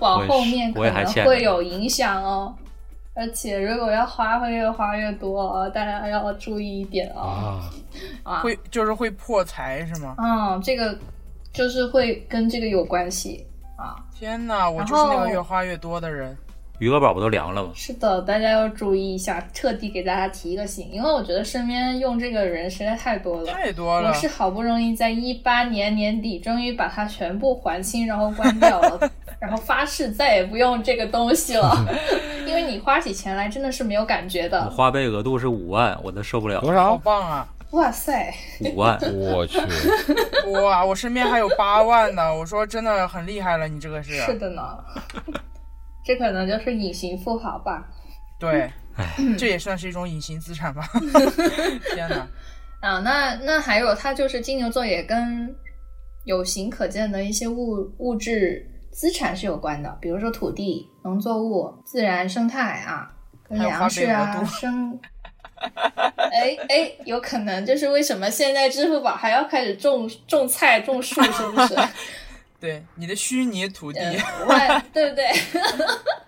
D: 往后面
A: 我
D: 可
A: 也还
D: 能
A: 欠
D: 会有影响哦。而且如果要花，会越花越多哦，大家要注意一点哦。
B: 啊，
D: 啊，
C: 会就是会破财是吗？
D: 嗯，这个就是会跟这个有关系啊。
C: 天哪，我
D: 然
C: 就是那
D: 后
C: 个越花越多的人。
A: 余额宝不都凉了吗？
D: 是的，大家要注意一下，特地给大家提一个醒，因为我觉得身边用这个人实在太多了。
C: 太多了
D: 我，是好不容易在一八年年底终于把它全部还清，然后关掉了，然后发誓再也不用这个东西了，因为你花起钱来真的是没有感觉
A: 我
D: 的。
A: 花呗额度是五万，我都受不了
B: 多
C: 好
B: 少？
C: 棒啊！
D: 哇塞，
A: 五万。
B: 我去，
C: 哇，我身边还有八万呢，我说真的很厉害了，你这个是
D: 是的呢， 这可能就是隐形富豪吧。
C: 对，这也算是一种隐形资产 吧？天哪，
D: 啊，那那还有，它就是金牛座也跟有形可见的一些物物质资产是有关的，比如说土地、农作物、自然生态啊，跟
C: 还有花呗
D: 粮食
C: 额
D: 啊、
C: 度
D: 生。哎哎，有可能就是为什么现在支付宝还要开始种种菜、种树，是不 是？
C: 对，你的虚拟土地，
D: 嗯，外对不对？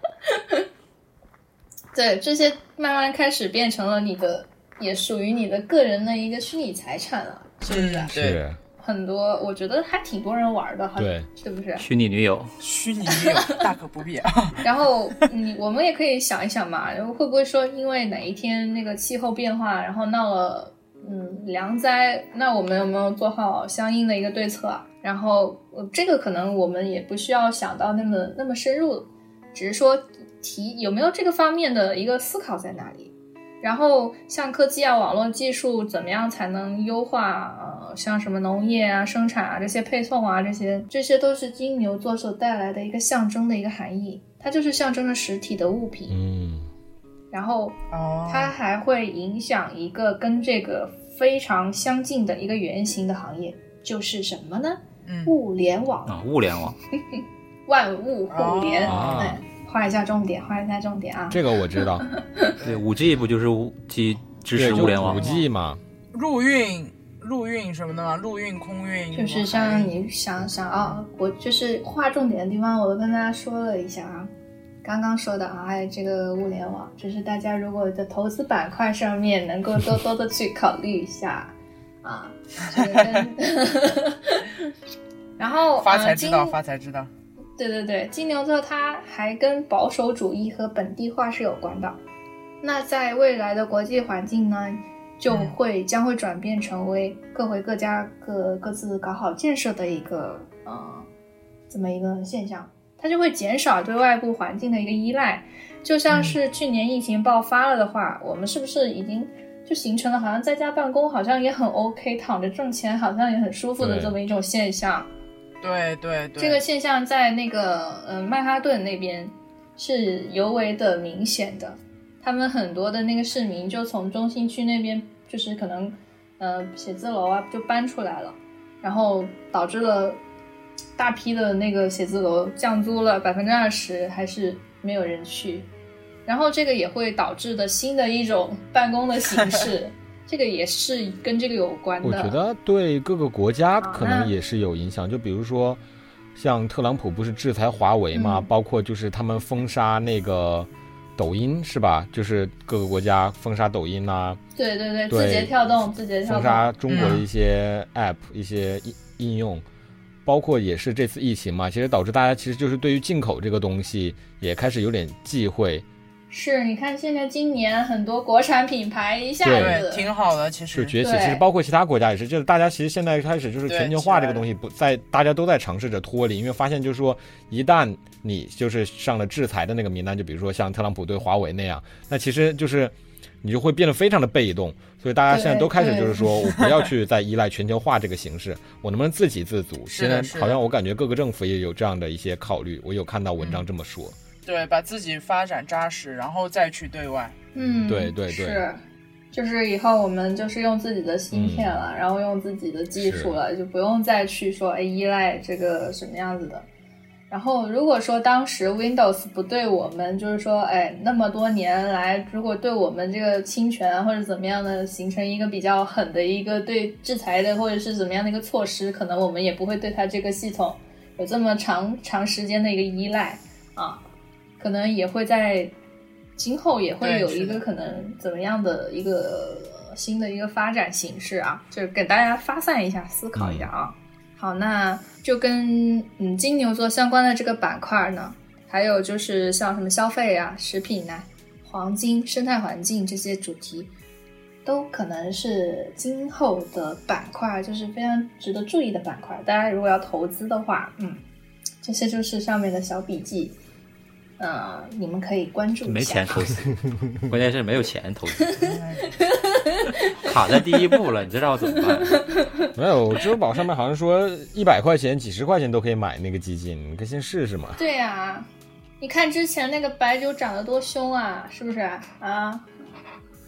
D: 对，这些慢慢开始变成了你的，也属于你的个人的一个虚拟财产了，是不是？啊
C: 嗯对，
B: 是
D: 很多，我觉得还挺多人玩的，哈，
B: 对，
D: 是不是？
A: 虚拟女友，
C: 虚拟女友大可不必 啊！
D: 然后你我们也可以想一想嘛，然后会不会说因为哪一天那个气候变化，然后闹了嗯粮灾，那我们有没有做好相应的一个对策啊？然后呃这个可能我们也不需要想到那么那么深入，只是说提有没有这个方面的一个思考在哪里。然后像科技啊、网络技术，怎么样才能优化？呃，像什么农业啊、生产啊这些配送啊，这些这些都是金牛座所带来的一个象征的一个含义，它就是象征着实体的物品。
B: 嗯，
D: 然后
C: 哦，
D: 它还会影响一个跟这个非常相近的一个原型的行业，就是什么呢？
C: 嗯
D: 物联网，
A: 啊，物联网
D: 万物互联。
A: 哦
D: 对，画一下重点，画一下重点啊！
B: 这个我知道，
A: 对五 G 不就是五 G 支
B: 对，
A: 持
B: 就
A: 物联
B: 五
A: 网？
B: G 嘛，
C: 陆运、陆运什么的嘛，陆运、空运，
D: 就是像你想想啊，我就是划重点的地方，我都跟大家说了一下啊。刚刚说的啊，哎，这个物联网，就是大家如果在投资板块上面能够多多的去考虑一下啊。这个跟 然后
C: 发
D: 呃
C: 财之道，
D: 金
C: 发财之道。
D: 对对对，金牛座它还跟保守主义和本地化是有关的。那在未来的国际环境呢，就会将会转变成为各回各家各各自搞好建设的一个呃这么一个现象，它就会减少对外部环境的一个依赖。就像是去年疫情爆发了的话，我们是不是已经就形成了好像在家办公好像也很 OK，躺着挣钱好像也很舒服的
B: 对
D: 这么一种现象？
C: 对对对，
D: 这个现象在那个呃曼哈顿那边是尤为的明显的，他们很多的那个市民就从中心区那边，就是可能呃写字楼啊就搬出来了，然后导致了大批的那个写字楼降租了百分之二十，还是没有人去，然后这个也会导致的新的一种办公的形式，这个也是跟这个有关的。
B: 我觉得对各个国家可
D: 好那
B: 能也是有影响，就比如说，像特朗普不是制裁华为嘛，
D: 嗯
B: 包括就是他们封杀那个抖音是吧？就是各个国家封杀抖音呐、
D: 对对对，
B: 对
D: 字节跳动，字节跳
B: 封
D: 动，
B: 杀中国的一些 app、一些应应用，包括也是这次疫情嘛，其实导致大家其实就是对于进口这个东西也开始有点忌讳，
D: 是，你看现在今年很多国产品牌一下
C: 对
D: 子，
C: 挺好的，其
B: 就
C: 实
B: 崛起。
D: 对
B: 其实包括其他国家也是，就是大家其实现在开始就是
C: 嗯对
B: 全球化
C: 起
B: 这个
C: 来
B: 东西不在，大家都在尝试着脱离，因为发现就是说，一旦你就是上了制裁的那个名单，就比如说像特朗普对华为那样，那其实就是。你就会变得非常的被动，所以大家现在
D: 对
B: 都开始就
D: 对
B: 是说，我不要去再依赖全球化这个形式，我能不能自给自足？
C: 是
B: 现
C: 的
B: 在
C: 是的
B: 好像我感觉各个政府也有这样的一些考虑，我有看到文章这么说。
C: 对，把自己发展扎实，然后再去对外。
D: 嗯，
B: 对对对
D: 是，就是以后我们就是用自己的芯片
B: 嗯
D: 了，然后用自己的技术了，就不用再去说哎依赖这个什么样子的。然后如果说当时 Windows 不对我们，就是说哎那么多年来，如果对我们这个侵权啊或者怎么样的形成一个比较狠的一个对制裁的或者是怎么样的一个措施，可能我们也不会对它这个系统有这么长长时间的一个依赖啊，可能也会在今后也会
C: 对
D: 有
C: 是
D: 一个
C: 的
D: 可能怎么样的一个呃新的一个发展形式啊，就是给大家发散一下、思考一下
C: 嗯
D: 啊。好，那就跟嗯金牛座相关的这个板块呢，还有就是像什么消费啊、食品呐、黄金、生态环境这些主题，都可能是今后的板块，就是非常值得注意的板块。大家如果要投资的话，嗯，这些就是上面的小笔记，呃，你们可以关注一下。
A: 没钱投资，关键是没有钱投 资，卡在第一步了，你这让我怎么办？
C: 嗯
B: 没有，支付宝上面好像说一百块钱、几十块钱都可以买那个基金，你可以先试试嘛。
D: 对呀、啊，你看之前那个白酒涨得多凶啊，是不是啊？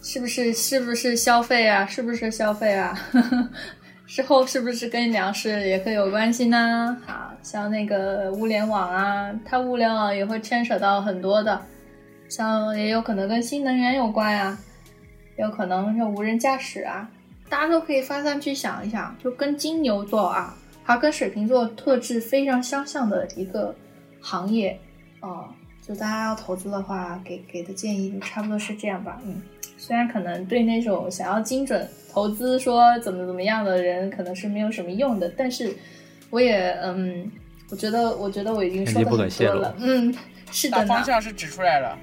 D: 是不是是不是消费啊？是不是消费啊？ 之后是不是跟粮食也可以有关系呢？啊，像那个物联网啊，它物联网也会牵扯到很多的，像也有可能跟新能源有关呀、有可能是无人驾驶啊，大家都可以发散去想一想，就跟金牛座啊，它跟水瓶座特质非常相像的一个行业，哦、就大家要投资的话，给给的建议就差不多是这样吧，嗯，虽然可能对那种想要精准投资说怎么怎么样的人，可能是没有什么用的，但是我也嗯，我觉得我觉得我已经
A: 信
D: 说的
A: 息不可
D: 很
A: 泄
D: 多
A: 露
D: 了， 嗯，是的
C: 大
D: 呢
C: 方。向是指出来了，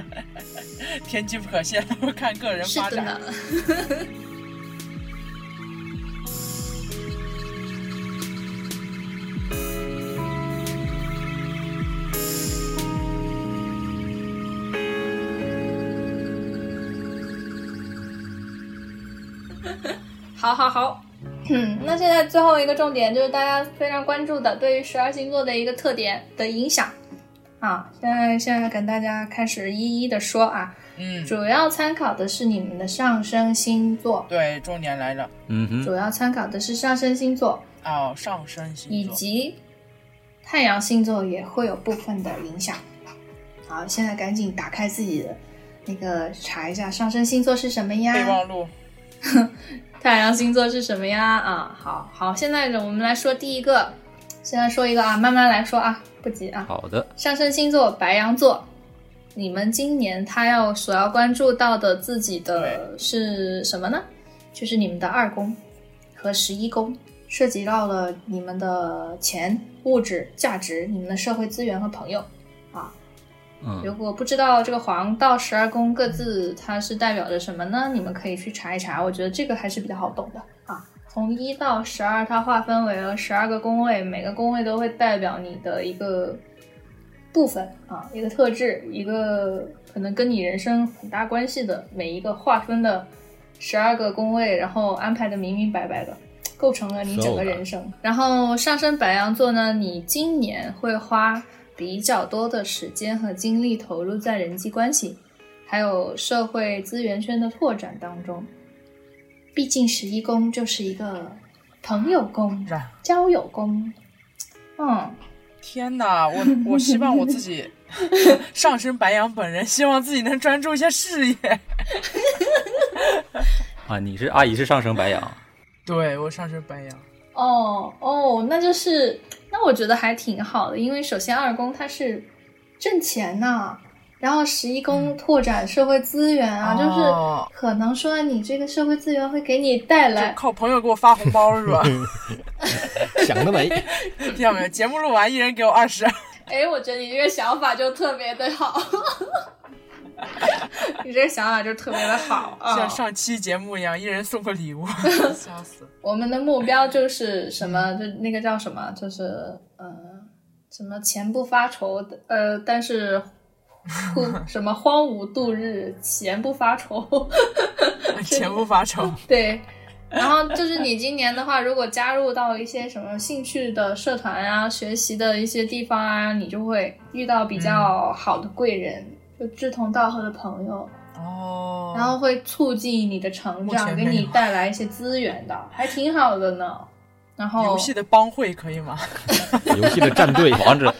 C: 天机不可泄露，看个人
D: 是
C: 发
D: 的呢
C: 展。。
D: 好好好，嗯，那现在最后一个重点就是大家非常关注的对于十二星座的一个特点的影响啊。现在现在跟大家开始一一的说啊，
C: 嗯，
D: 主要参考的是你们的上升星座，
C: 对，重点来了
A: 嗯哼，
D: 主要参考的是上升星座
C: 哦，上升星座
D: 以及太阳星座也会有部分的影响。好，现在赶紧打开自己的那个查一下上升星座是什么呀？
C: 备忘录，
D: 太阳星座是什么呀？啊，好好，现在我们来说第一个，现在说一个啊，慢慢来说啊，不急啊。
A: 好的，
D: 上升星座白羊座，你们今年他要所要关注到的自己的是什么呢？就是你们的二宫和十一宫，涉及到了你们的钱、物质、价值、你们的社会资源和朋友。如
A: 嗯，
D: 果不知道这个黄道十二宫各自它是代表着什么呢？你们可以去查一查，我觉得这个还是比较好懂的啊。从一到十二，它划分为了十二个宫位，每个宫位都会代表你的一个部分啊，一个特质，一个可能跟你人生很大关系的每一个划分的十二个宫位，然后安排的明明白白的。构成了你整个人生。然后上升白羊座呢，你今年会花比较多的时间和精力投入在人际关系，还有社会资源圈的拓展当中。毕竟十一宫就是一个朋友宫、
C: 是啊
D: 交友宫，嗯，
C: 天哪， 我我希望我自己 上升白羊本人，希望自己能专注一下事业。
A: 啊，你是阿姨是上升白羊，
C: 对我上升白羊，
D: 哦哦，那就是那我觉得还挺好的，因为首先二宫它是挣钱呐、然后十一宫
C: 嗯
D: 拓展社会资源啊，
C: 哦
D: 就是可能说你这个社会资源会给你带来
C: 靠朋友给我发红包是吧？
B: 想得美。
C: 听到没有？节目录完，一人给我二十。
D: 哎，我觉得你这个想法就特别的 好， 你这个想法就特别的好 啊。
C: 像上期节目一样，一人送个礼 物， 笑死！
D: 我们的目标就是什么？就那个叫什么？就是呃，什么前不发愁，呃，但是忽什么荒芜度日，前不发愁。
C: 前不发愁，
D: 对，然后就是你今年的话，如果加入到一些什么兴趣的社团啊、学习的一些地方啊，你就会遇到比较好的贵人，就志同道合的朋友，
C: 哦，
D: 然后会促进你的成
C: 目
D: 长，
C: 前
D: 给
C: 没
D: 你
C: 有
D: 带来一些资源的，还挺好的呢。然后
C: 游戏的帮会可以吗？
B: 游戏的 战队，
A: 王者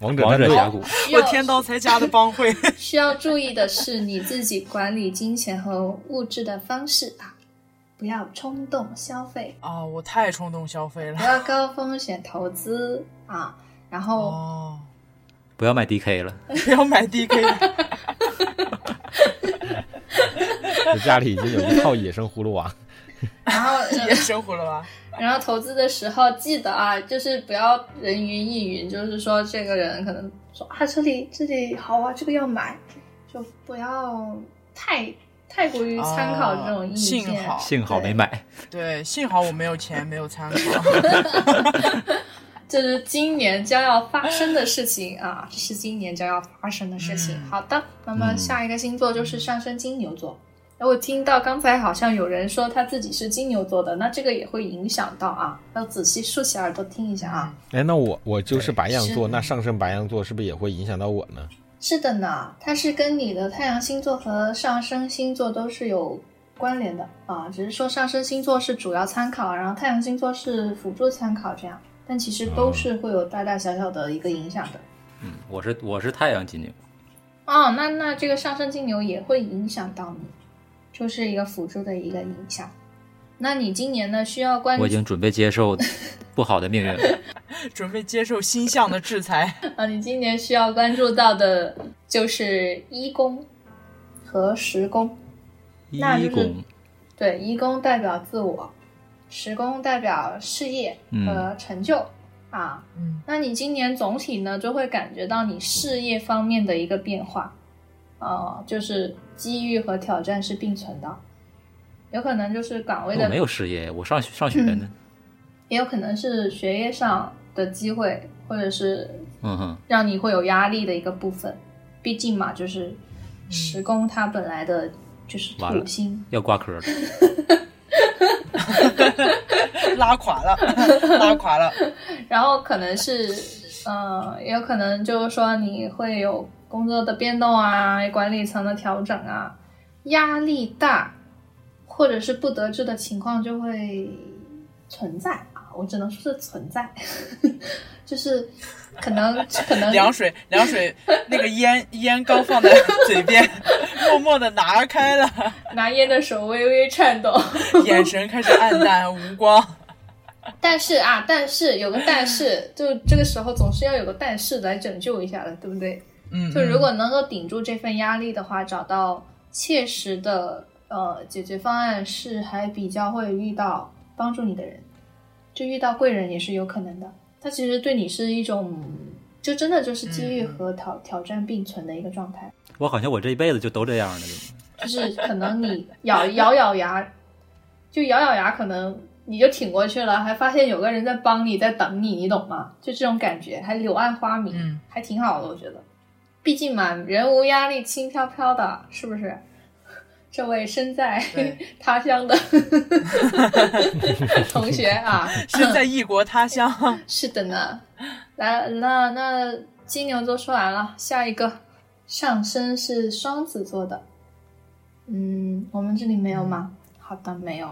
B: 王者
A: 王
B: 战
A: 者
B: 队
A: 峡谷，
D: 需 要
C: 我天刀才加的帮会，
D: 需要注意的是，你自己管理金钱和物质的方式啊，不要冲动消费，
C: 啊，我太冲动消费
D: 不
C: 了。
D: 要高风险投资啊，然后
C: 哦，
A: 不要买 DK 了，
C: 不要买 DK，
B: 我家里已经有一套野生葫芦娃，
D: 然后
C: 也生活了吧？
D: 然后投资的时候记得啊，就是不要人云亦云，就是说这个人可能说啊这里这里好啊，这个要买，就不要太太过于参考这种意见。
C: 哦幸好
A: 幸好没买。
C: 对，幸好我没有钱，没有参考。
D: 这是今年将要发生的事情啊，这是今年将要发生的事情。
C: 嗯
D: 好的，那么
B: 嗯
D: 下一个星座就是上升金牛座。哎我听到刚才好像有人说他自己是金牛座的，那这个也会影响到啊，要仔细竖起耳朵听一下 啊。
C: 嗯
B: 哎，那我我就是白羊座，
C: 是
B: 那上升白羊座是不是也会影响到我呢？
D: 是的呢，它是跟你的太阳星座和上升星座都是有关联的啊，只是说上升星座是主要参考，啊然后太阳星座是辅助参考这样，但其实都是会有大大小小的一个影响的。
A: 嗯，我是我是太阳金牛，
D: 哦，那那这个上升金牛也会影响到你，就是一个辅助的一个影响。那你今年呢，需要关注
A: 我已经准备接受不好的命运了。
C: 准备接受星象的制裁。
D: 啊，你今年需要关注到的就是一宫和十宫。那
A: 一
D: 就是
A: 宫，
D: 对，一宫代表自我，十宫代表事业
A: 嗯
D: 和成就、啊。
C: 嗯，
D: 那你今年总体呢，就会感觉到你事业方面的一个变化，啊，就是机遇和挑战是并存的，有可能就是岗位
A: 我
D: 的
A: 哦没有事业，我上上学呢。
D: 也有可能是学业上的机会，或者是
A: 嗯哼，
D: 让你会有压力的一个部分。毕竟嘛，就是十宫它本来的就是
A: 嗯完了
D: 土星，
A: 要挂科了。
C: 拉垮了，拉垮了。
D: 然后可能是，呃，也有可能就是说你会有工作的变动啊，管理层的调整啊，压力大，或者是不得志的情况就会存在啊。我只能说是存在， 就是可能可 能
C: 凉水，凉水，那个烟烟刚放在嘴边，默默的拿开了，
D: 拿烟的手微微颤抖。
C: 眼神开始暗淡无光。
D: 但是啊，但是有个但是，就这个时候总是要有个但是来拯救一下的，对不对？
C: 嗯，
D: 就如果能够顶住这份压力的话，找到切实的呃解决方案是还比较会遇到帮助你的人，就遇到贵人也是有可能的。他其实对你是一种，就真的就是机遇和挑、挑战并存的一个状态，
A: 我好像我这一辈子就都这样了，
D: 就是可能你咬咬咬牙，就咬咬牙，可能你就挺过去了，还发现有个人在帮你，在等你，你懂吗？就这种感觉，还柳暗花明，
C: 嗯
D: 还挺好的，我觉得。毕竟嘛，人无压力轻飘飘的，是不是？这位身在
C: 对
D: 他乡的 同学啊，
C: 身在异国他乡，
D: 是的呢。来，那那金牛座说完了，下一个上升是双子座的。嗯，我们这里没有吗？好的，没有。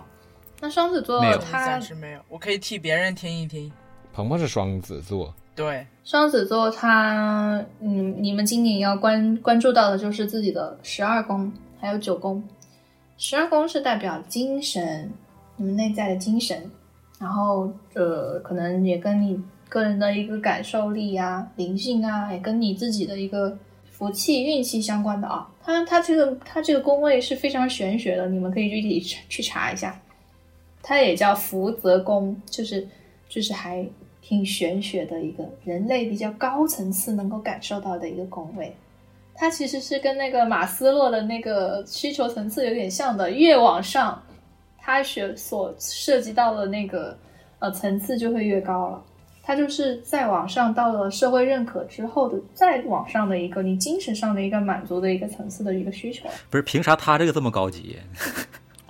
D: 那双子座
A: 嗯没有
D: 他
C: 暂时没有，我可以替别人听一听。
B: 鹏鹏是双子座，
C: 对，
D: 双子座他，嗯，你们今年要关关注到的就是自己的十二宫，还有九宫。十二宫是代表精神，你们内在的精神，然后呃，可能也跟你个人的一个感受力啊、灵性啊，也跟你自己的一个福气、运气相关的啊。它它这个它这个宫位是非常玄学的，你们可以具体去去查一下。它也叫福泽宫，就是就是还挺玄学的一个人类比较高层次能够感受到的一个宫位。它其实是跟那个马斯洛的那个需求层次有点像的，越往上，它学所涉及到的那个呃层次就会越高了。它就是再往上到了社会认可之后的，再往上的一个你精神上的一个满足的一个层次的一个需求。
A: 不是凭啥他这个这么高级？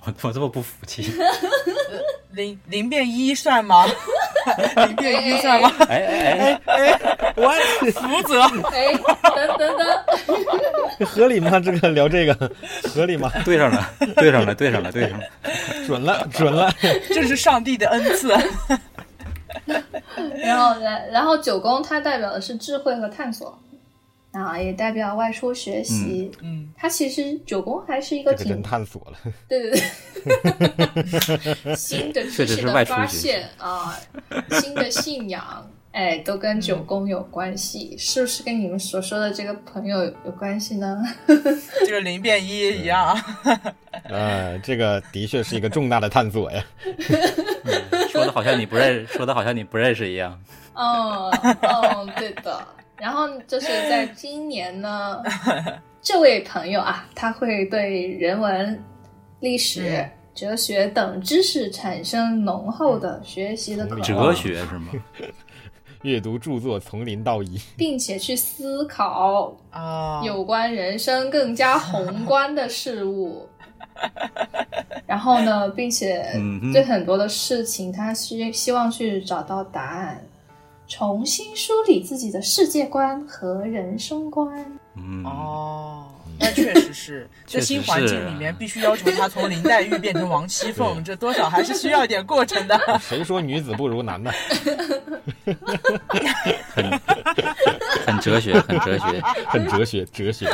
A: 我我这么不服气？
C: 零零变一算 吗？零变一算吗？
A: 哎哎哎，
B: 我
C: 福泽，
D: 哎，等等 等。
B: 合理吗？这个聊这个合理吗？
A: 哎对上了，对上了，对上了，对上了。
B: 准了，准了。
C: 这是上帝的恩赐。
D: 然后然然后九宫它代表的是智慧和探索，啊，也代表外出学习。
C: 嗯，
D: 它其实九宫还是一个
B: 这个
D: 挺
B: 真探索了，
D: 对对对， 新的知
A: 确实
D: 识
A: 是
D: 的
A: 外出
D: 发
A: 学习
D: 现啊，新的信仰，哎，都跟九宫有关系，是不是跟你们所说的这个朋友有关系呢？
C: 这个零变一一样啊。
B: 呃，这个的确是一个重大的探索呀。
A: 说的好像你不认，说的好像你不认识一样。
D: 哦，哦，对的。然后就是在今年呢，这位朋友啊，他会对人文、历史、
C: 嗯
D: 哲学等知识产生浓厚的学习的渴
A: 哲
D: 望，
A: 学是吗？
B: 阅读著作从零到一，
D: 并且去思考
A: 哦
C: 啊，
D: 有关人生更加宏观的 事物。然后呢，并且
A: 嗯哼
D: 对很多的事情，他希希望去找到答案，重新梳理自己的世界观和人生观。
A: 嗯，
C: 哦，那确实是在
A: 确实
C: 新环境里面，必须要求他从林黛玉变成王熙凤，
B: 对
C: 这多少还是需要一点过程的。
B: 谁说女子不如男呢？
A: 很哲学，很哲学。
B: 很哲学，哲学，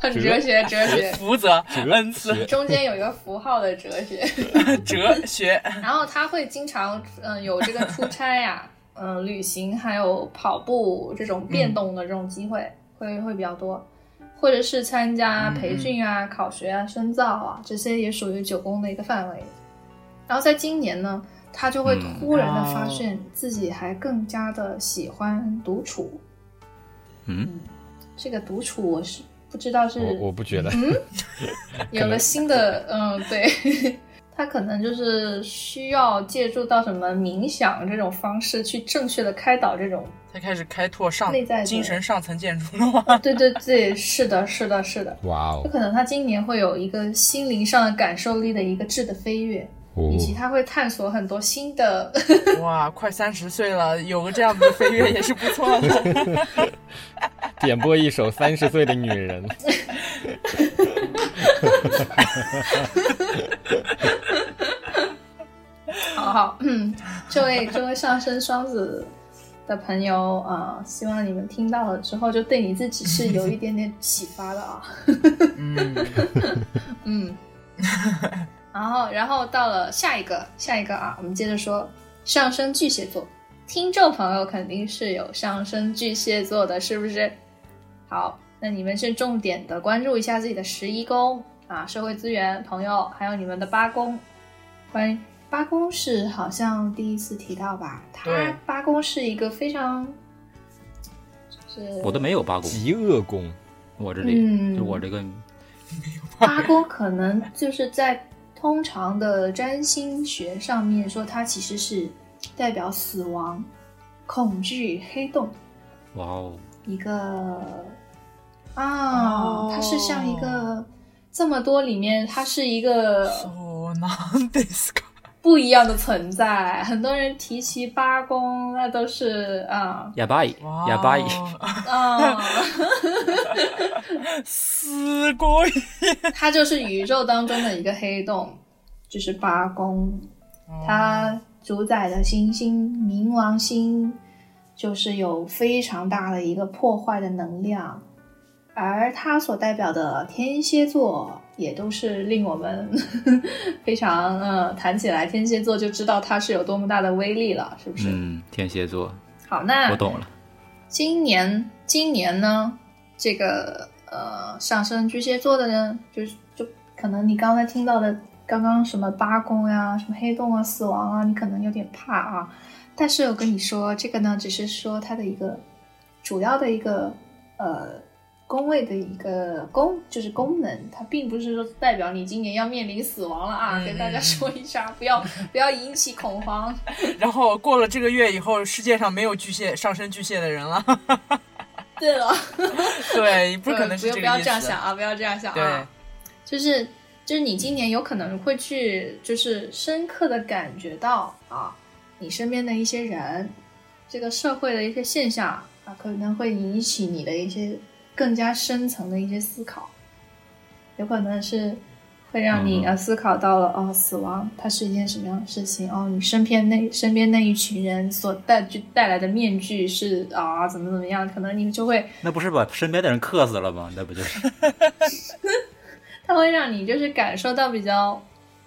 D: 很哲学，哲学，
C: 福泽
B: 哲
C: 恩赐
B: 学。
D: 中间有一个符号的哲学。
C: 哲学，
D: 然后他会经常嗯、呃有这个出差呀、嗯、旅行还有跑步这种变动的这种机会、会会比较多，或者是参加培训啊、考学啊、深造啊这些也属于九宫的一个范围。然后在今年呢，他就会
A: 嗯
D: 突然的发
C: 哦
D: 现自己还更加的喜欢独处。
A: 嗯，
D: 这个独处我是不知道是
B: 我我不觉得，
D: 有了新的，嗯，对， 他可能就是需要借助到什么冥想这种方式去正确的开导这种。
C: 他开始开拓上
D: 内在的
C: 精神上层建筑了。
D: 对对对，是的，是的，是的。
B: 哇
D: 有
B: 哦，
D: 可能他今年会有一个心灵上的感受力的一个质的飞跃，
B: 哦
D: 以及他会探索很多新的，
C: 哇，快三十岁了，有个这样子的飞跃也是不错的。
B: 点播一首《三十岁的女人》，
D: 好好，嗯，这位这位上升双子的朋友啊、呃希望你们听到了之后，就对你自己是有一点点启发的啊。
C: 嗯，
D: 嗯，然后然后到了下一个下一个啊，我们接着说上升巨蟹座，听众朋友肯定是有上升巨蟹座的，是不是？好，那你们是重点的关注一下自己的十一宫啊，社会资源、朋友，还有你们的八宫。关于八宫是好像第一次提到吧？
C: 对
D: 它八宫是一个非常，就是
A: 我都没有八宫，
B: 极恶宫，
A: 我这里、
D: 嗯
A: 就我这个
D: 八宫可能就是在通常的占星学上面说，它其实是代表死亡、恐惧、黑洞，
A: 哇哦，
D: 一个啊，
C: 哦
D: 它是像一个这么多里面，它是一个
C: 哦，なんですか？
D: 不一样的存在。很多人提起八宫，那都是啊
A: 哑巴伊
C: 哇，哦
A: 哑巴伊，
D: 啊，
C: すごい。
D: 它就是宇宙当中的一个黑洞，就是八宫。它主宰的行星冥王星就是有非常大的一个破坏的能量，而它所代表的天蝎座也都是令我们 非常呃谈起来天蝎座就知道它是有多么大的威力了，是不嗯是？
A: 嗯，天蝎座，
D: 好，那
A: 我懂了，
D: 今年今年呢，这个呃上升巨蟹座的呢，就是就可能你刚才听到的刚刚什么八宫呀、什么黑洞啊、死亡啊，你可能有点怕啊。但是我跟你说，这个呢，只是说它的一个主要的一个呃宫位的一个功，就是功能，它并不是说代表你今年要面临死亡了啊。
C: 嗯
D: 跟大家说一下，不要不要引起恐慌。
C: 然后过了这个月以后，世界上没有巨蟹上升巨蟹的人 了。
D: 对了。
C: 对，不可能
D: 不
C: 是
D: 要
C: 这个意思。
D: 不要这样想啊，不要这样想啊。就是就是你今年有可能会去，就是深刻的感觉到啊，你身边的一些人，这个社会的一些现象啊，可能会引起你的一些更加深层的一些思考，有可能是。会让你
A: 嗯
D: 啊思考到了、哦，死亡它是一件什么样的事情哦，你身边那身边那一群人所带具带来的面具是啊怎么怎么样，可能你就会
A: 那不是把身边的人克死了吗？那不就是
D: 它会让你就是感受到比较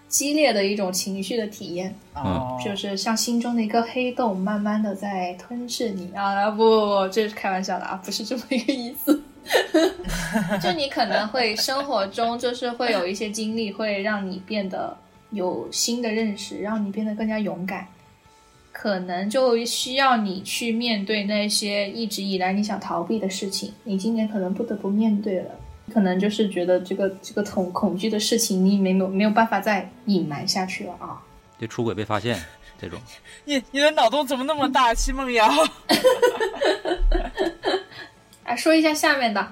D: 激烈的一种情绪的体验，
C: 哦，
D: 就是像心中的一个黑洞，慢慢的在吞噬你啊！不不不，这是开玩笑的啊，不是这么一个意思。 就你可能会生活中就是会有一些经历，会让你变得有新的认识，让你变得更加勇敢。可能就需要你去面对那些一直以来你想逃避的事情，你今年可能不得不面对了。可能就是觉得这个这个恐恐惧的事情，你没有没有办法再隐瞒下去了啊。
A: 就出轨被发现这种，
C: 你你的脑洞怎么那么大，戚梦瑶？
D: 啊，说一下下面的，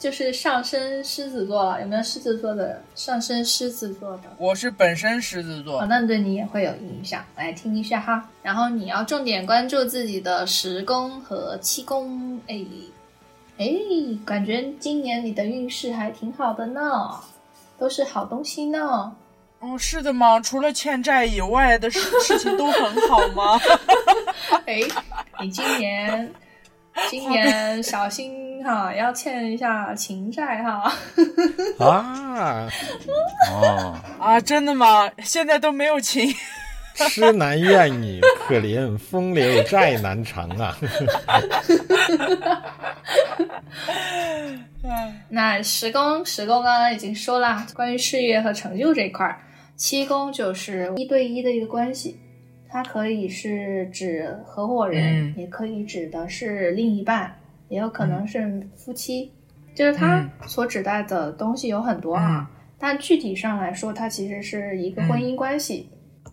D: 就是上升狮子座了，有没有狮子座的上升狮子座的？
C: 我是本身狮子
D: 哦
C: 座，，
D: 那对你也会有影响，来听一下哈。然后你要重点关注自己的十宫和七宫，哎哎，感觉今年你的运势还挺好的呢，都是好东西呢。
C: 嗯，是的吗？除了欠债以外的事事情都很好 吗？
D: 哎，你今年今年小心哈，要欠一下情债哈。
B: 啊，
A: 哦，
C: 啊，真的吗？现在都没有情，
B: 痴男怨女，可怜风流债难偿啊！
C: 哎，
D: 那十宫，十宫刚刚已经说了，啊关于事业和成就这一块儿，七宫就是一对一的一个关系，它可以是指合伙人，
C: 嗯
D: 也可以指的是另一半，也有可能是夫妻，就是
C: 嗯
D: 它所指代的东西有很多啊。但具体上来说，它其实是一个
C: 嗯
D: 婚姻关系，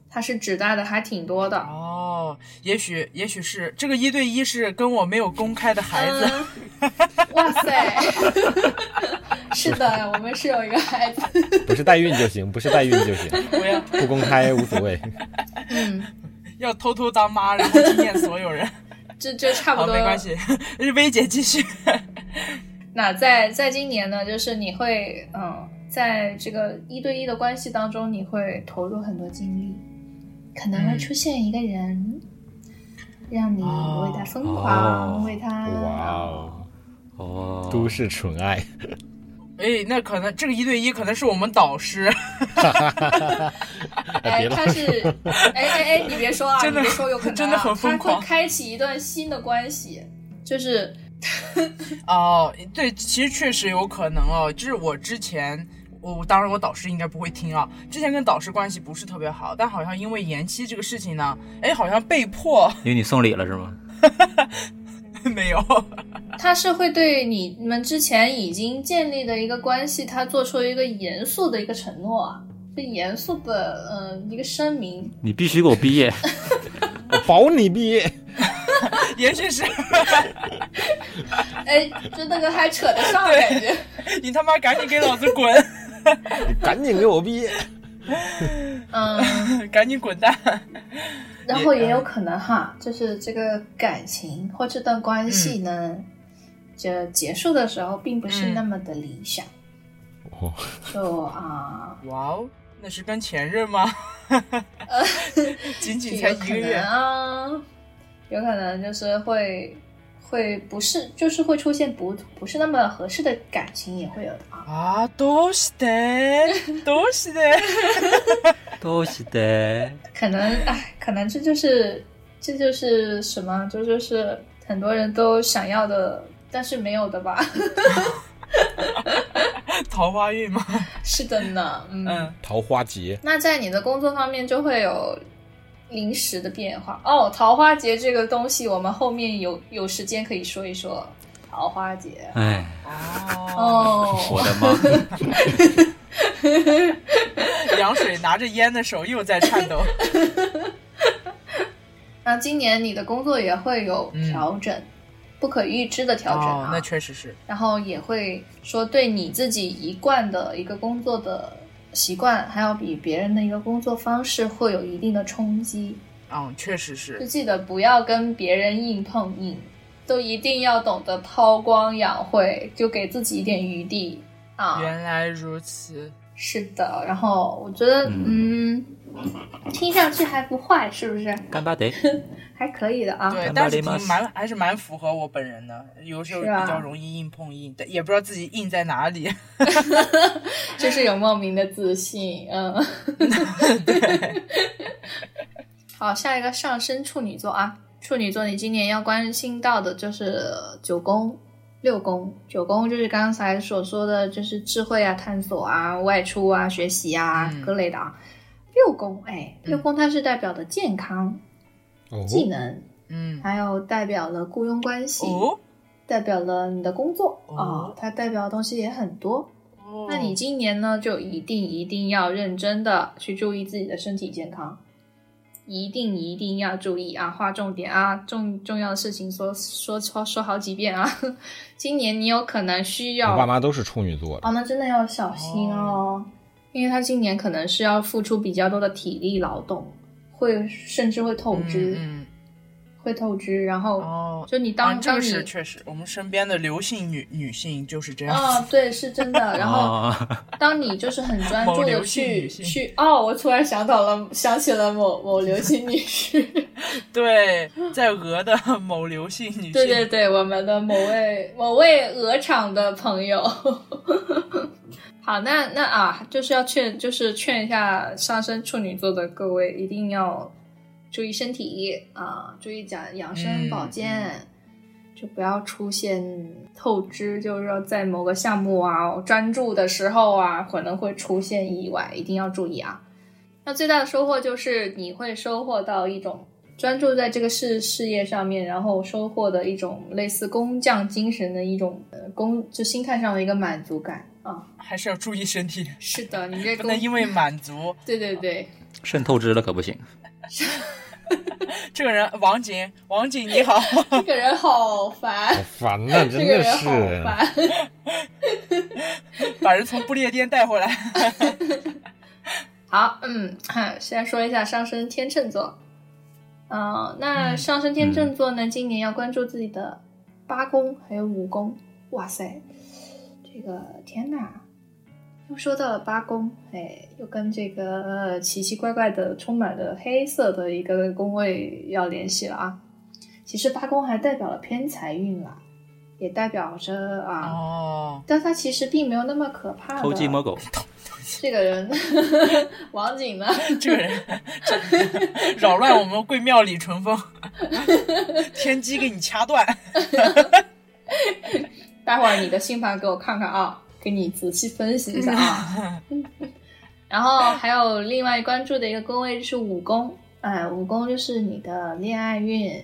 D: 它是指代的还挺多 的。
C: 哦，也许也许是这个一对
D: 嗯
C: 一是跟我没有公开的孩子，
D: 嗯，哇塞， 是的，我们是有一个孩子。
B: 不是代孕就行，不是代孕就行，
C: 不要
B: 不公开无所谓。
D: 嗯，
C: 要偷偷当妈，然后惊艳所有人。
D: 这这差不
C: 好，
D: 多。
C: 没关系。 薇姐继续。
D: 那在在今年呢，就是你会嗯，在这个一对一的关系当中，你会投入很多精力，可能会
C: 嗯
D: 出现一个人，让你
C: 哦
D: 为他疯狂，
A: 哦
D: 为他
B: 哇哦，
A: 哦，
B: 都市纯爱，
C: 哎，那可能这个一对一可能是我们导师，
D: 哎，
B: 别了
D: 他是，哎哎哎，你别说啊，
C: 真的
D: 你别说， 有可能、啊、
C: 真的很疯狂
D: 他会开启一段新的关系，就是，
C: 哦，对，其实确实有可能哦。就是我之前，我我当然我导师应该不会听啊。之前跟导师关系不是特别好，但好像因为延期这个事情呢，哎，好像被迫
A: 因为你送礼了是吗？
C: 没有。
D: 他是会对你们之前已经建立的一个关系，他做出一个严肃的一个承诺啊，这严肃的，嗯、一个声明，
A: 你必须给我毕业，
B: 我保你毕业。
C: 也许是
D: 哎，就那个还扯得 上感觉，
C: 你他妈赶紧给老子滚，
B: 赶紧给我毕业！
D: 嗯，
C: 赶紧滚蛋。
D: 然后也有可能哈，就是这个感情或这段关系呢，就结束的时候并不是
C: 嗯
D: 那么的理想，
B: 哦
D: 就 啊。
C: 哇哦，那是跟前任吗？ 仅仅才
D: 有
C: 一
D: 可
C: 个
D: 能
C: 月，
D: 啊，有可能就是会会不是，就是会出现不不是那么合适的感情也会有的啊。
C: 啊，都是的，都是的。
A: 都是的。
D: 可能哎，可能这就是这就是什么，这就是很多人都想要的，但是没有的吧？
C: 桃花运吗？
D: 是的呢，嗯。
C: 嗯，
B: 桃花劫，
D: 那在你的工作方面就会有。临时的变化哦，桃花节这个东西，我们后面有有时间可以说一说桃花节
A: 哎，
C: 哦，
D: 哦。
A: 我的妈！
C: 凉水拿着烟的手又在颤 抖。
D: 那今年你的工作也会有调整，不可预知的调
C: 嗯
D: 整
C: 哦
D: 啊，，
C: 那确实是。
D: 然后也会说对你自己一贯的一个工作的习惯，还有比别人的一个工作方式会有一定的冲击。
C: 嗯，确实。
D: 就是记得不要跟别人硬碰硬，都一定要懂得韬光养晦，就给自己一点余地啊。
C: 原来如此，
D: 是的，然后我觉得，嗯，听上去还不坏，是不是？
A: 干巴得，
D: 还可以的啊。
C: 对，
A: 干巴
C: 但是
A: 雷马
C: 挺蛮还是蛮符合我本人的，有时候
D: 是啊
C: 比较容易硬碰硬，但也不知道自己硬在哪里。
D: 就是有莫名的自信， 嗯， 好，下一个上升处女座啊，处女座，你今年要关心到的就是九宫、六宫。九宫就是刚才所说的，就是智慧啊、探索啊、外出啊、学习啊、
C: 嗯
D: 各类的啊。六宫，哎，六宫它是代表的健康、
B: 哦
D: 技能，
C: 嗯，
D: 还有代表了雇佣关系，
C: 哦，
D: 代表了你的工作啊、
C: 哦
D: 它代表的东西也很多。
C: 哦
D: 那你今年呢，就一定一定要认真的去注意自己的身体健康，一定一定要注意啊，划重点啊，重重要的事情说说说说好几遍啊。 今年你有可能需要
B: 我爸妈都是处女座的
D: 哦，，那真的要小心哦，因为他今年可能是要付出比较多的体力劳动，会甚至会透支，
C: 嗯
D: 会透支，然
C: 嗯
D: 后、
C: 哦，
D: 就你
C: 啊
D: 当，
C: 这
D: 当
C: 个
D: 你
C: 是确实，我们身边的刘姓女女性就是这样子。
D: 哦，对，是真的， 然后。
A: 啊，
D: 当你就是很专注
C: 某
D: 的
C: 流行
D: 去
C: 女性
D: 去哦，我突然想到了，想起了某某流行 女士，
C: 对，在俄的某刘姓女性，
D: 对对对，我们的某位某位鹅厂的朋友。好，那那啊，就是要劝，就是劝一下上升处女座的各位，一定要注意身体啊，注意讲养生
C: 嗯
D: 保健，就不要出现透支，就是说在某个项目啊专注的时候啊，可能会出现意外，一定要注意啊。那最大的收获就是你会收获到一种专注在这个事事业上面，然后收获的一种类似工匠精神的一种呃工，就心态上的一个满足感啊。
C: 还是要注意身体，
D: 是的，你这
C: 不
D: 工
C: 能因为满足
D: 对对对，
A: 肾透支了可不行。
C: 这个人王锦，王锦你 好，
D: 这个人好烦，
B: 好烦呐、
D: 这
B: 哎真的
D: 个人好
B: 是。
D: 烦。
C: 把人从不列颠带回来。
D: 好，嗯，看，先来说一下上升天秤座。呃，
C: 嗯
D: 那上升天
B: 嗯
D: 秤座呢，今年要关注自己的八宫还有五宫。哇塞，这个天呐，又说到了八宫，哎，又跟这个、呃奇奇怪怪的、充满了黑色的一个宫位要联系了啊。其实八宫还代表了偏财运啦，也代表着啊，
C: 哦，
D: 但它其实并没有那么可怕的。
A: 偷鸡摸狗，
D: 这个人， 王景呢？
C: 这个人这扰乱我们贵庙里淳风， 天机给你掐断。
D: 待会儿你的星盘给我看看啊，给你仔细分析一下啊。 然后还有另外关注的一个宫位就是五宫，哎，五宫就是你的恋爱运，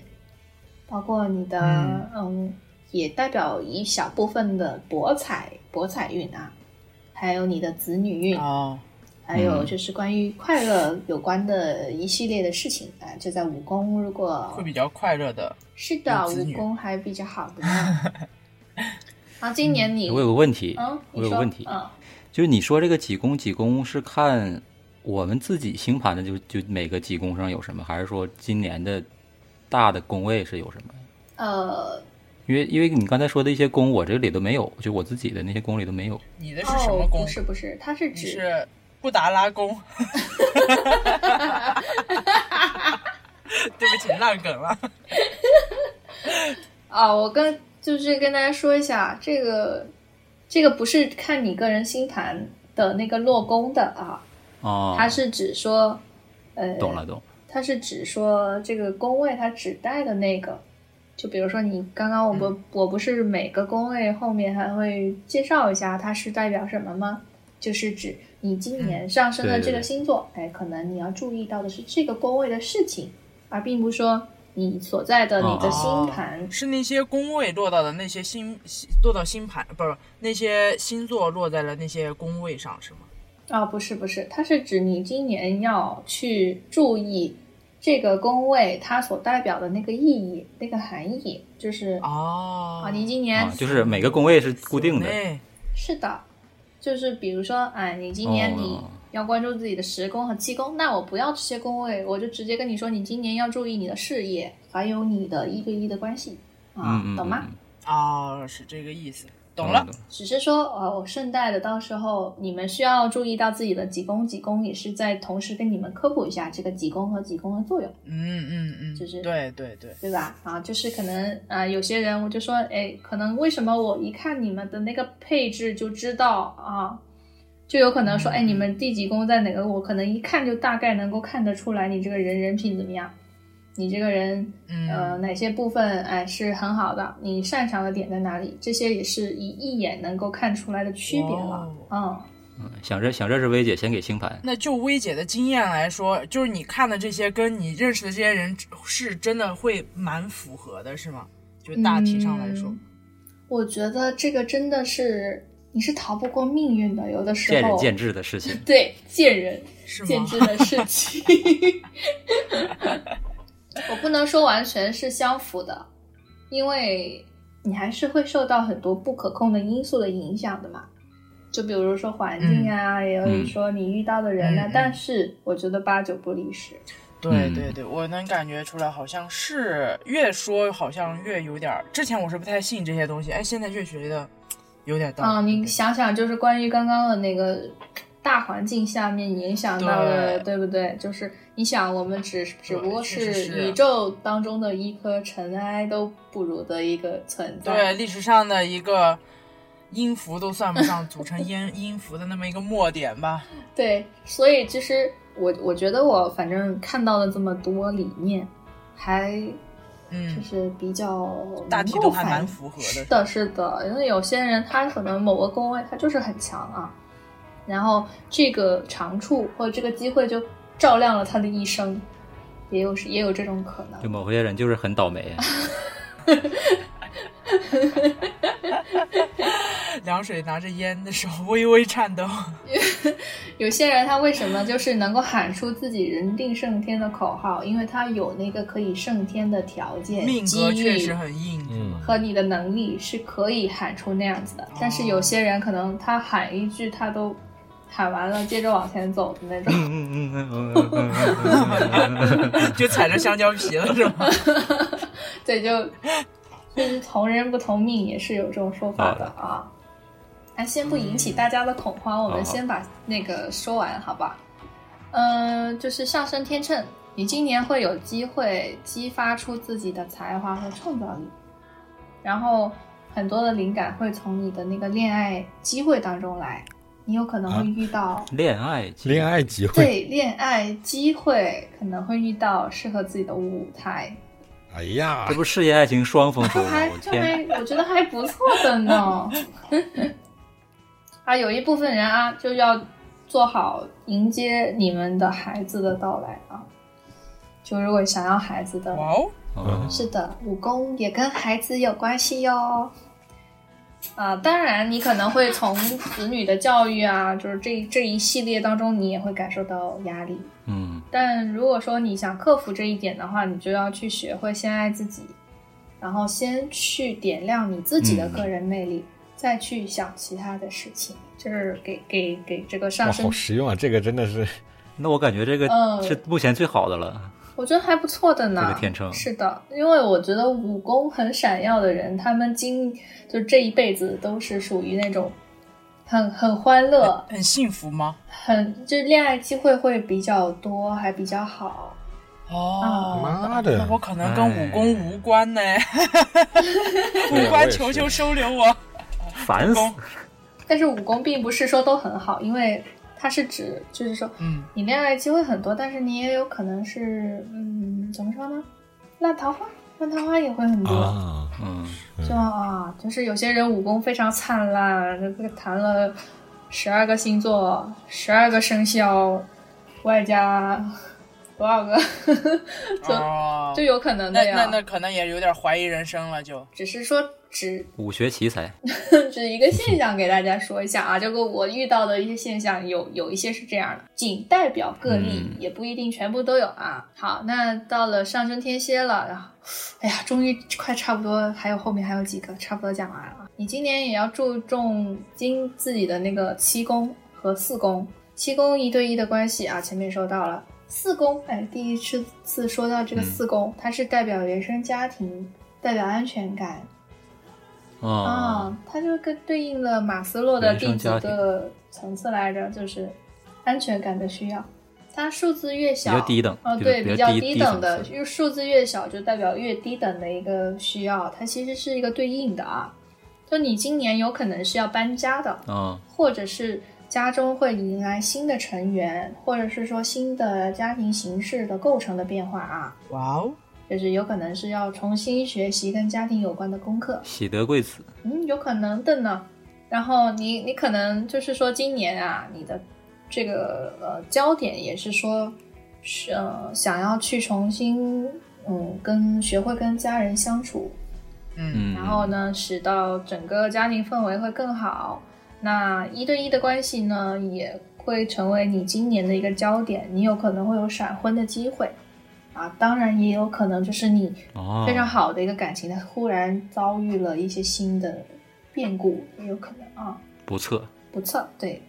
D: 包括你的嗯也代表一小部分的博彩博彩运啊，还有你的子女运，
C: 哦，
D: 还
A: 嗯
D: 有就是关于快乐有关的一系列的事情啊，就在五宫。如果
C: 会比较快乐的。
D: 是的，
C: 有子
D: 武
C: 女
D: 功还比较好的呢。啊，今年你，
A: 我有个问题，
D: 嗯，你
A: 我有
D: 说
A: 个问题
D: 嗯，
A: 就是你说这个几宫几宫是看我们自己星盘的就，就每个几宫上有什么，还是说今年的大的宫位是有什么？
D: 呃，
A: 因为因为你刚才说的一些宫，我这里都没有，就我自己的那些宫里都没有。
C: 你的是什么
D: 哦，
C: 宫？
D: 不是不是，它是
C: 你
D: 指
C: 是布达拉宫。 对不起，烂梗了。
D: 啊，我跟就是跟大家说一下，这个这个不是看你个人星盘的那个落宫的啊，
A: 哦，
D: 它是指说，呃，
A: 懂了懂了。
D: 它是指说这个宫位它指代的那个，就比如说你刚刚我不、我不是每个宫位后面还会介绍一下它是代表什么吗？就是指你今年上升的
A: 对对
D: 这个
A: 对
D: 星座，哎，可能你要注意到的是这个宫位的事情，而并不是说你所在的你的星盘。
C: 是那些宫位落到的那些星星落到星盘，不是那些星座落在了那些宫位上，是吗？
D: 啊、不是不是，它是指你今年要去注意这个宫位它所代表的那个意义、那个含义，就是
C: 哦，
D: 啊，你今年、
A: 啊，就是每个宫位是固定的，
C: 哎，
D: 是的，就是比如说，哎，你今年你
A: 哦
D: 要关注自己的十宫和七宫，那我不要这些宫位，我就直接跟你说，你今年要注意你的事业，还有你的一对一的关系啊，
A: 嗯嗯，
D: 懂吗？
A: 嗯？嗯
C: 哦，是这个意思，
A: 嗯
C: 懂了。
D: 只是说，哦，顺带的，到时候你们需要注意到自己的几宫几宫，也是在同时跟你们科普一下这个几宫和几宫的作用。
C: 嗯嗯嗯，
D: 就是
C: 对对对，
D: 对吧？啊，就是可能啊、呃有些人我就说，哎，可能为什么我一看你们的那个配置就知道啊，就有可能说，哎，你们第几宫在哪个？我可能一看就大概能够看得出来你这个人人品怎么样，你这个人
C: 嗯，
D: 呃哪些部分哎是很好的，你擅长的点在哪里？这些也是一一眼能够看出来的区别了。嗯，
A: 嗯想着想着是薇姐先给星盘，
C: 哦那就薇姐的经验来说，就是你看的这些跟你认识的这些人是真的会蛮符合的，是吗？就大体上来说，
D: 嗯我觉得这个真的是你是逃不过命运的，有的时候。
A: 见仁见智的事情
D: 对见人。
C: 是
D: 见
C: 吗？
D: 知的事情。 我不能说完全是相符的，因为你还是会受到很多不可控的因素的影响的嘛。就比如说环境啊，也有
A: 嗯
D: 说你遇到的人呢、
C: 嗯嗯
D: 但是我觉得八九不离十。
C: 对
A: 嗯
C: 对对，我能感觉出来，好像是越说好像越有点儿。之前我是不太信这些东西，哎，现在越觉得有点道理。
D: 啊、
C: 对
D: 你想想，就是关于刚刚的那个大环境下面影响到的，对不对？就是你想，我们只只不过
C: 确实是
D: 宇宙当中的一颗尘埃都不如的一个存在。
C: 对历史上的一个音符都算不上组成音 音符的那么一个末点吧。
D: 对，所以其实我我觉得我反正看到了这么多理念，还就
C: 嗯，
D: 是比较
C: 大体都还蛮符合的
D: 是的，是的，因为有些人他可能某个工位他就是很强啊，然后这个长处或者这个机会就照亮了他的一生，也有也有这种可能
A: 啊 就。某些人就是很倒霉，
C: 凉水拿着烟的手微微颤抖。
D: 有些人他为什么就是能够喊出自己“人定胜天”的口号？因为他有那个可以胜天的条件，
C: 命
D: 机
C: 格
D: 遇
C: 确实很硬，
B: 嗯，
D: 和你的能力是可以喊出那样子的。但是有些人可能他喊一句，他都喊完了，接着往前走的那种。
A: 嗯嗯嗯嗯嗯嗯嗯嗯
C: 就踩着香蕉皮了是 吗？
D: 对，就就是同人不同命也是有这种说法的啊。那先不引起大家的恐慌，我
A: 好
D: 们先把那个说完，好吧？嗯、就是上升天秤，你今年会有机会激发出自己的才华和创造力，然后很多的灵感会从你的那个恋爱机会当中来，你有可能会遇到、
A: 嗯 恋爱，
B: 恋爱机会，
D: 对恋爱机会，可能会遇到适合自己的舞台，
B: 哎呀
A: 这，不事业爱情双丰收
D: 这
A: 吗？
D: 还
A: 啊我
D: 这
A: 天，
D: 还我觉得还不错的呢。啊，有一部分人啊，就要做好迎接你们的孩子的到来啊。就如果想要孩子的，
C: 哇哦，
A: 嗯
D: 是的，武功也跟孩子有关系哟。啊，当然，你可能会从子女的教育啊，就是这这一系列当中，你也会感受到压力。
A: 嗯
D: 但如果说你想克服这一点的话，你就要去学会先爱自己，然后先去点亮你自己的个人魅力，再去想其他的事情。就是给给给这个上
B: 哇，
D: 升
B: 好，实用啊！这个真的是，
A: 那我感觉这个
D: 嗯
A: 是目前最好的了。
D: 我觉得还不错的呢。
A: 这个天秤
D: 是的，因为我觉得武功很闪耀的人，他们今就这一辈子都是属于那种很很欢乐，
C: 很幸福吗？
D: 很就恋爱机会会比较多，还比较好。嗯
C: 哦，
B: 妈
C: 那
B: 的，
C: 我可能跟武功无关呢。
D: 哎
B: 对
C: 武
B: 我也
C: 官，
B: 是
C: 求求收留我。
A: 烦死！
D: 但是武功并不是说都很好，因为它是指就是说
C: 嗯，
D: 你恋爱机会很多，但是你也有可能是，嗯，怎么说呢？烂桃花，烂桃花也会很多。
B: 啊，
A: 嗯，
D: 就啊，就是有些人武功非常灿烂，这个谈了十二个星座、十二个生肖，外加多少个， 就
C: 哦
D: 就，有可能
C: 那
D: 的呀。
C: 那那可能也有点怀疑人生了，就
D: 只是说只
A: 武学奇才，
D: 只是一个现象给大家说一下啊，这个我遇到的一些现象有有一些是这样的，仅代表个例，
A: 嗯
D: 也不一定全部都有啊。好，那到了上升天蝎了，然后，哎呀，终于快差不多，还有后面还有几个，差不多讲完了。你今年也要注重今自己的那个七宫和四宫，七宫一对一的关系啊，前面说到了。四宫，哎，第一次次说到这个
A: 嗯
D: 四宫，它是代表原生家庭，代表安全感，
A: 啊哦
D: 啊，，它就跟对应了马斯洛的
A: 原
D: 第
A: 生
D: 几
A: 家
D: 个层次来着？就是安全感的需要。它数字越
A: 比
D: 小，
A: 较低等，
D: 啊，
A: 比
D: 对，
A: 比
D: 较
A: 较
D: 低
A: 低
D: 等的，
A: 层次
D: 就是数字越小，就代表越低等的一个需要。它其实是一个对应的啊，就你今年有可能是要搬家的，
A: 嗯
D: 或者是家中会迎来新的成员，或者是说新的家庭形式的构成的变化啊，
C: 哇哦，
D: 就是有可能是要重新学习跟家庭有关的功课。
A: 喜得贵子，
D: 嗯，有可能的呢。然后你你可能就是说今年啊，你的这个呃焦点也是说，是呃想要去重新嗯跟学会跟家人相处，
C: 嗯，
A: 嗯，
D: 然后呢，使到整个家庭氛围会更好。那一对一的关系呢，也会成为你今年的一个焦点，你有可能会有闪婚的机会啊，当然也有可能就是你
A: 哦，
D: 非常好的一个感情，它忽然遭遇了一些新的变故，也有可能啊，
A: 不错，
D: 不测，对，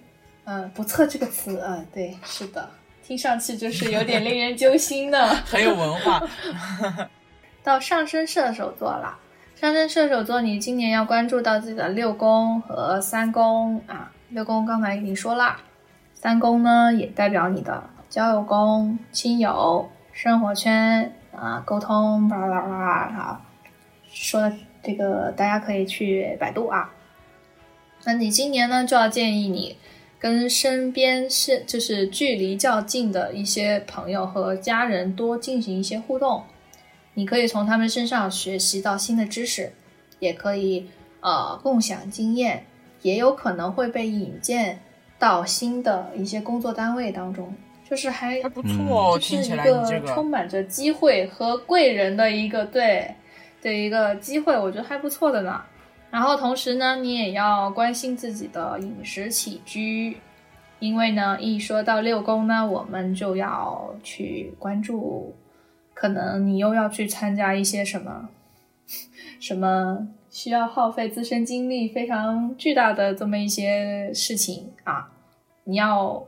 D: 嗯、不测这个词，嗯、对，是的，听上去就是有点令人揪心呢。
C: 很有文化。
D: 到上升射手座了。上升射手座，你今年要关注到自己的六宫和三宫啊。六宫刚才已经说啦，三宫呢也代表你的交友宫、亲友、生活圈啊，沟通，巴拉巴拉巴拉。好，说的这个大家可以去百度啊。那你今年呢，就要建议你跟身边是就是距离较近的一些朋友和家人多进行一些互动，你可以从他们身上学习到新的知识，也可以呃共享经验，也有可能会被引荐到新的一些工作单位当中，就是还
C: 还不错哦，
D: 嗯就是
C: 听
D: 一
C: 起来你这
D: 充
C: 个
D: 满着机会和贵人的一个对。的一个机会，我觉得还不错的呢。然后同时呢，你也要关心自己的饮食起居，因为呢，一说到六宫呢，我们就要去关注，可能你又要去参加一些什么什么需要耗费自身精力非常巨大的这么一些事情啊，你要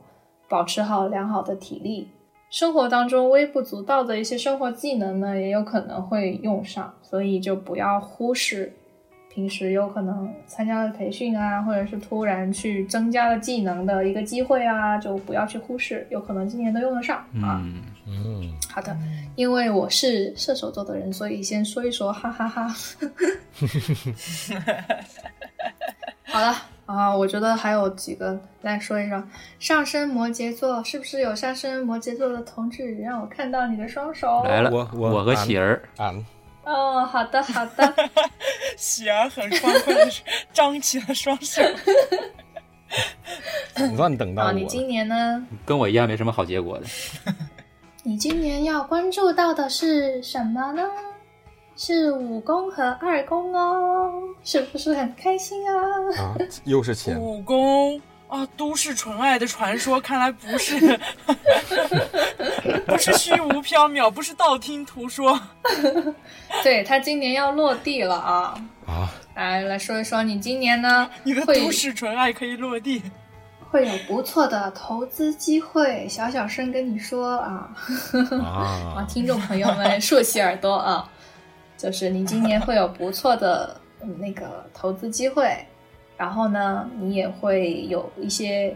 D: 保持好良好的体力。生活当中微不足道的一些生活技能呢，也有可能会用上，所以就不要忽视平时有可能参加的培训啊，或者是突然去增加的技能的一个机会啊，就不要去忽视，有可能今年都用得上啊。
A: 嗯，
B: 嗯，
D: 好的，因为我是射手座的人，所以先说一说，哈哈哈好了啊，我觉得还有几个来说一说。上升摩羯座是不是有上升摩羯座的同志？让我看到你的双手。
A: 来了，
B: 我我
A: 我和喜儿，
B: 啊，
D: 哦，好的好的，
C: 喜儿很欢快的张起了双手。
B: 总算等到
D: 啊，
B: 我
D: 你今
B: 了。
D: 年呢？
A: 跟我一样没什么好结果
D: 啊
A: 的。
D: 你今年要关注到的是什么呢？是五宫和二宫哦，是不是很开心啊？
B: 啊，又是钱，
C: 武功啊，都市纯爱的传说，看来不 是，不是虚无缥缈，不是道听途说。
D: 对他今年要落地了啊！
B: 啊，
D: 来来说一说你今年呢？
C: 你的
D: 会
C: 都市纯爱可以落地。
D: 会有不错的投资机会，小小声跟你说啊，啊，
B: 啊，
D: 听众朋友们竖起耳朵啊，就是你今年会有不错的嗯那个投资机会，然后呢，你也会有一些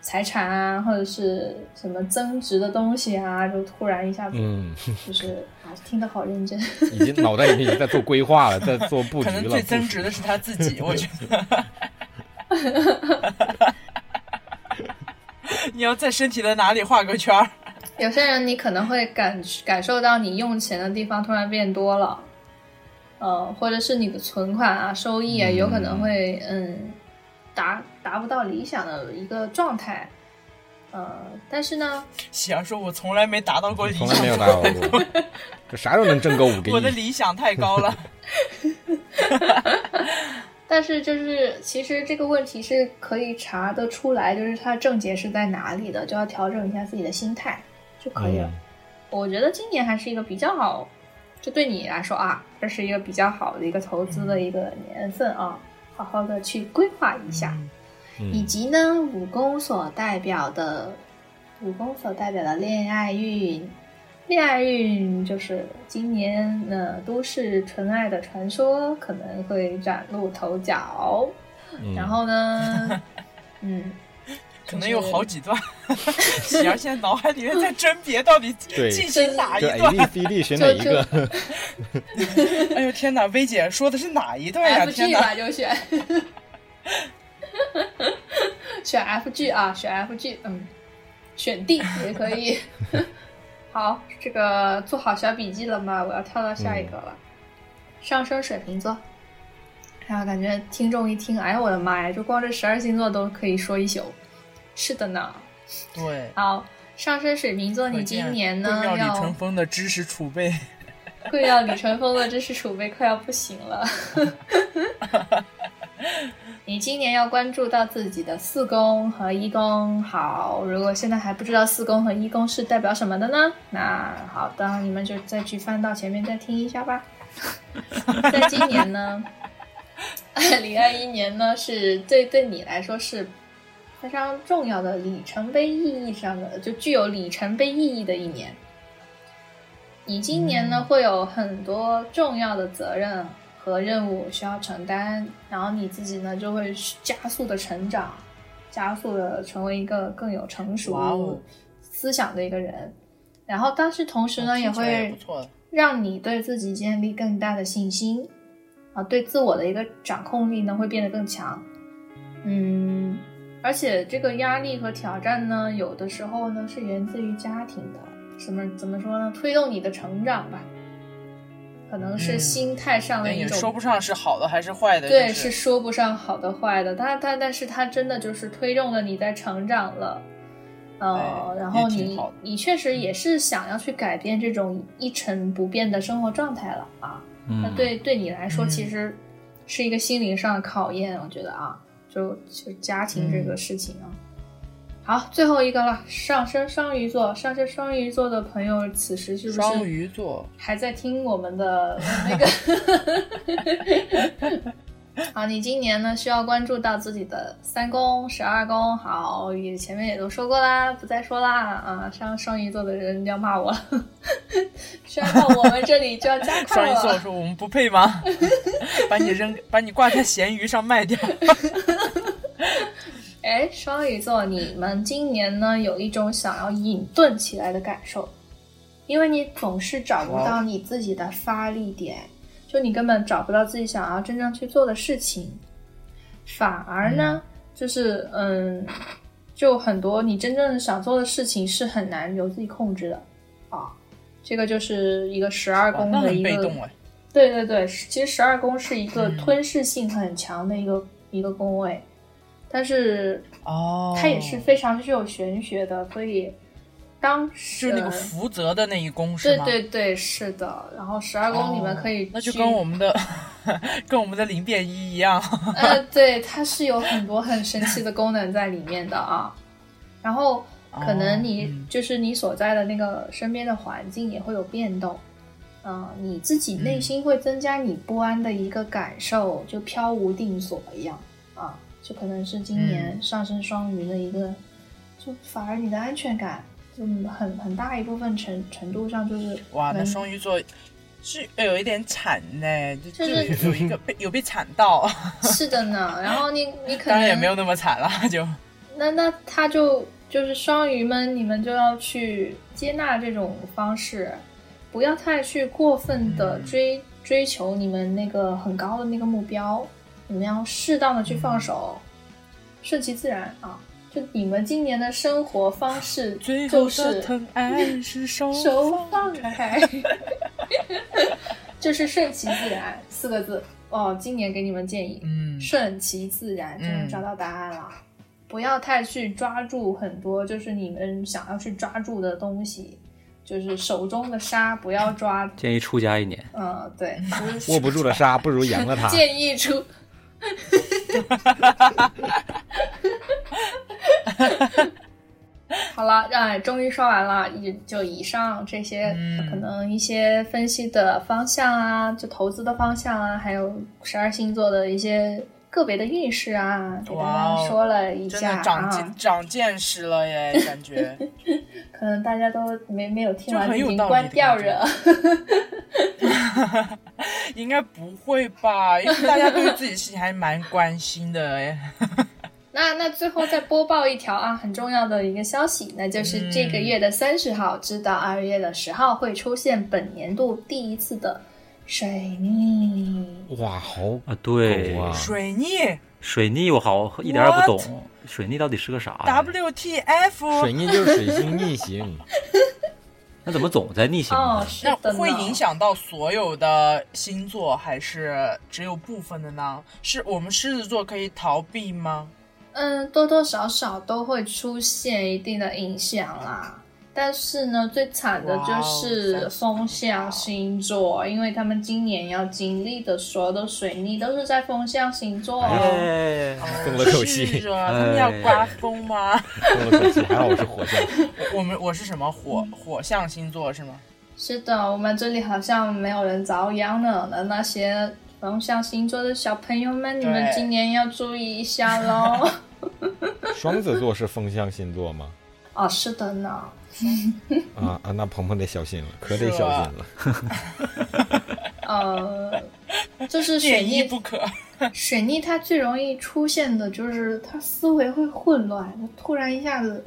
D: 财产啊，或者是什么增值的东西啊，就突然一下子
B: 嗯，
D: 就是、啊，听得好认真，
B: 已经脑袋里面已经在做规划了， 在做布局
C: 可
B: 了。
C: 能最
B: 部署
C: 增值的是他自己，我觉得。 你要在身体的哪里画个圈儿？
D: 有些人你可能会感感受到你用钱的地方突然变多了，呃，或者是你的存款啊、收益啊，有可能会嗯达达不到理想的一个状态，呃，但是呢，
C: 喜儿说：“我从来没达到过理
B: 从来没有达
C: 想，
B: 到过， 这啥时候能挣够五个
C: 我的
B: 亿？
C: 理想太 高了。
D: 但是就是其实这个问题是可以查得出来，就是它症结是在哪里的，就要调整一下自己的心态就可以了。
B: 嗯
D: 我觉得今年还是一个比较好，就对你来说啊，这是一个比较好的一个投资
B: 嗯
D: 的一个年份啊，好好的去规划一下，以
B: 嗯，
D: 及呢，武功所代表的武功所代表的恋爱运，恋爱运就是今年呃都市纯爱的传说可能会崭露头角，
B: 嗯
D: 然 后呢，嗯，
C: 可能有好几段。喜儿现在脑海里面在甄别到底
B: 对
C: 进行哪一
B: 这 A
C: 段。
B: D C D 选哪一
D: 就
B: 个？
C: 哎呦天哪，薇姐说的是哪一段哎呀？
D: F
C: 天
D: G
C: 哪，
D: 哎吧，就选，选 F G 啊，选 F G，嗯，选 D 也可以。 好，这个做好小笔记了吗？我要跳到下一个了。上升水瓶座，哎呀，感觉听众一听，哎呀，我的妈呀，就光这十二星座都可以说一宿。是的呢。
C: 对，
D: 好，上升水瓶座，
C: 可
D: 你
C: 见
D: 今年
C: 贵
D: 呢
C: 庙
D: 要
C: 李淳风的知识储备，
D: 贵要李淳风的知识储备快要不行了。 你今年要关注到自己的四宫和一宫。好，如果现在还不知道四宫和一宫是代表什么的呢？那好的，你们就再去翻到前面再听一下吧。在今年呢， 二零二一年呢，是对对你来说是非常重要的里程碑意义上的，就具有里程碑意义的一年。你今年呢会有很多重要的责任和任务需要承担，然后你自己呢就会加速的成长，加速的成为一个更有成
C: 哇哦
D: 熟思想的一个人。然后，但是同时呢，也
C: 听起来
D: 会
C: 不错的。
D: 让你对自己建立更大的信心，啊，对自我的一个掌控力呢会变得更强。嗯，而且这个压力和挑战呢，有的时候呢是源自于家庭的，什么怎么说呢？推动你的成长吧，可能是
C: 嗯
D: 心态上的
C: 但
D: 一
C: 也
D: 种
C: 说不上是好的还是坏的，
D: 对，
C: 就是
D: 说不上好的坏的，它它但是它真的就是推动了你在成长了，呃，
C: 哎
D: 然
C: 也
D: 后
C: 挺
D: 你
C: 好的
D: 你确实也是想要去改变这种一成不变的生活状态了啊，那
A: 嗯，
D: 对对你来说，
C: 嗯
D: 其实是一个心灵上的考验，我觉得啊，就就家庭这
C: 嗯
D: 个事情啊。好，最后一个了，上升双鱼座，上升双鱼座的朋友，此时是不
C: 双
D: 是
C: 鱼座，
D: 还在听我们的那个？ 好，你今年呢需要关注到自己的三宫、十二宫。好，也前面也都说过啦，不再说啦啊！上双鱼座的人要骂我了， 虽然到我们这里就要加快
C: 双
D: 了。
C: 鱼座说我们不配吗？ 把你扔，把你挂在咸鱼上卖掉。
D: 哎，双鱼座，你们今年呢有一种想要隐遁起来的感受，因为你总是找不到你自己的发力点，就你根本找不到自己想要真正去做的事情，反而呢，就是嗯，就很多你真正想做的事情是很难由自己控制的啊。这个就是一个十二
C: 哇
D: 宫
C: 那
D: 的一
C: 很
D: 个
C: 被动哎，
D: 对对对，是其实十二宫是一个
C: 嗯
D: 吞噬性很强的一个、一个宫位，但是
C: 哦，
D: 它也是非常具有玄学的，所以当
C: 就
D: 时
C: 是那个福泽的那一宫是
D: 对
C: 吗？哦
D: 对对，是的。然后十二宫你们可以去、
C: 那就跟我们的 跟我们的零变一一样，
D: 呃，对，它是有很多很神奇的功能在里面的啊。然后可能你、
C: 哦嗯
D: 就是你所在的那个身边的环境也会有变动，嗯、你自己内心会增加你不安的一个感受，就飘无定所一样啊，就可能是今
C: 嗯
D: 年上升双鱼的一个，就反而你的安全感。就很很大一部分程程度上就是
C: 哇，那
D: 能
C: 双鱼座是呃有一点惨呢，就就
D: 就是
C: 有一个被有被惨到，
D: 是的呢。然后你你可能
C: 当然也没有那么惨了， 就
D: 那那他就就是双鱼们，你们就要去接纳这种方式，不要太去过分的
C: 嗯
D: 追、追求你们那个很高的那个目标，你们要适当的去
C: 嗯
D: 放手，顺其自然啊。就你们今年的生活方式
C: 最后
D: 就
C: 的
D: 是
C: 疼爱是手
D: 手
C: 放
D: 放开， 就是顺其自然四个字。哦，今年给你们建议，
C: 嗯，
D: 顺其自然就能找到答案了。不要太去抓住很多，就是你们想要去抓住的东西，就是手中的沙不要抓。
A: 建议出家一年。
D: 嗯，对，
B: 握不住了沙，不如扬了
C: 啊
B: 它。
D: 建议出。 好了，哎，终于说完了，也就以上这些、
C: 嗯
D: 可能一些分析的方向啊，就投资的方向啊，还有十二星座的一些个别的运势啊，给大
C: 哇哦
D: 家说了一
C: 真
D: 下
C: 的长
D: 啊
C: 见，长见识了耶， 感觉
D: 可能大家都没没有听完
C: 就很有
D: 已经
C: 道理
D: 关
C: 的
D: 掉
C: 感觉
D: 了。
C: 应该不会吧？因为大家对自己事情还蛮关心的哎，
D: 那那最后再播报一条啊，很 重要的一个消息，那
C: 嗯
D: 就是这个月的三十号至到二月的十号会出现本年度第一次的水逆。
B: 哇，好
A: 啊，对，
B: 狗 啊
C: 水逆
A: 水逆我好一点儿也不
C: What？
A: 懂，水逆到底是个啥呀？
B: 水
C: WTF，
B: 逆就是水星逆行，
A: 那怎么总在逆行
D: 哦
A: 呢，？
D: 是
C: 那
D: 的呢，
C: 会影响到所有的星座，还是只有部分的呢？是我们狮子座可以逃 避吗？
D: 嗯，多多少少都会出现一定的影响啦。但是呢，最惨的就
C: 哇
D: 是
C: 哦
D: 风象星座，因为他们今年要经历的所有的水逆都是在风象星座哦。
A: 哎，
B: 松了口气哎
C: 是啊，他们要刮风吗？
B: 松了口气。还好我是火象，
C: 我们我是什么火火象星座是吗？
D: 是的，我们这里好像没有人遭殃呢。那那些风象星座的小朋友们，你们
C: 对
D: 今年要注意一下 喽。
B: 双子座是风象星座吗？
D: 哦，是的呢。
B: 啊啊，那鹏鹏得小心了，可得小心了。
D: 呃，就是水
C: 缺一
D: 逆，
C: 不可。
D: 水逆它最容易出现的就是他思维会混乱，突然一下子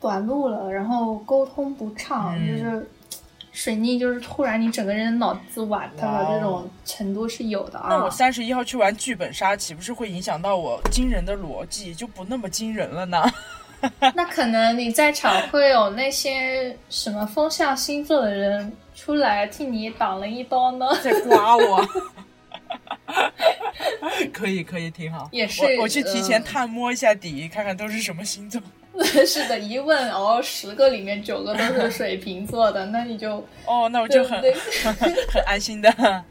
D: 短路了，然后沟通不畅，
C: 嗯
D: 就是水逆，就是突然你整个人脑子瓦特
C: 哇
D: 了，
C: 哦
D: 这种程度是有的啊。
C: 那我三十一号去玩剧本杀，岂不是会影响到我惊人的逻辑，就不那么惊人了呢？
D: 那可能你在场会有那些什么风象星座的人出来替你挡了一刀呢？
C: 在刮我。 可以可以，挺好。
D: 也是
C: 我我去提前
D: 嗯
C: 探摸一下底，看看都是什么星座。
D: 是的，一问哦，十个里面九个都是水瓶座的，那你就
C: 哦，那我就很
D: 对
C: 很安心的。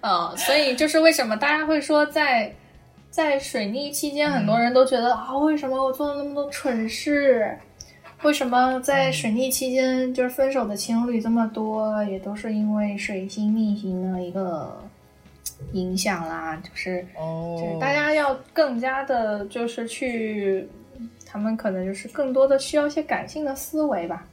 D: 嗯，所以就是为什么大家会说在在水逆期间，很多人都觉得啊、为什么我做了那么多蠢事？为什么在水逆期间，就是分手的情侣这么多，也都是因为水星逆行的一个影响啦？就是
C: 哦，
D: 就是大家要更加的，就是去，他们可能就是更多的需要一些感性的思维吧，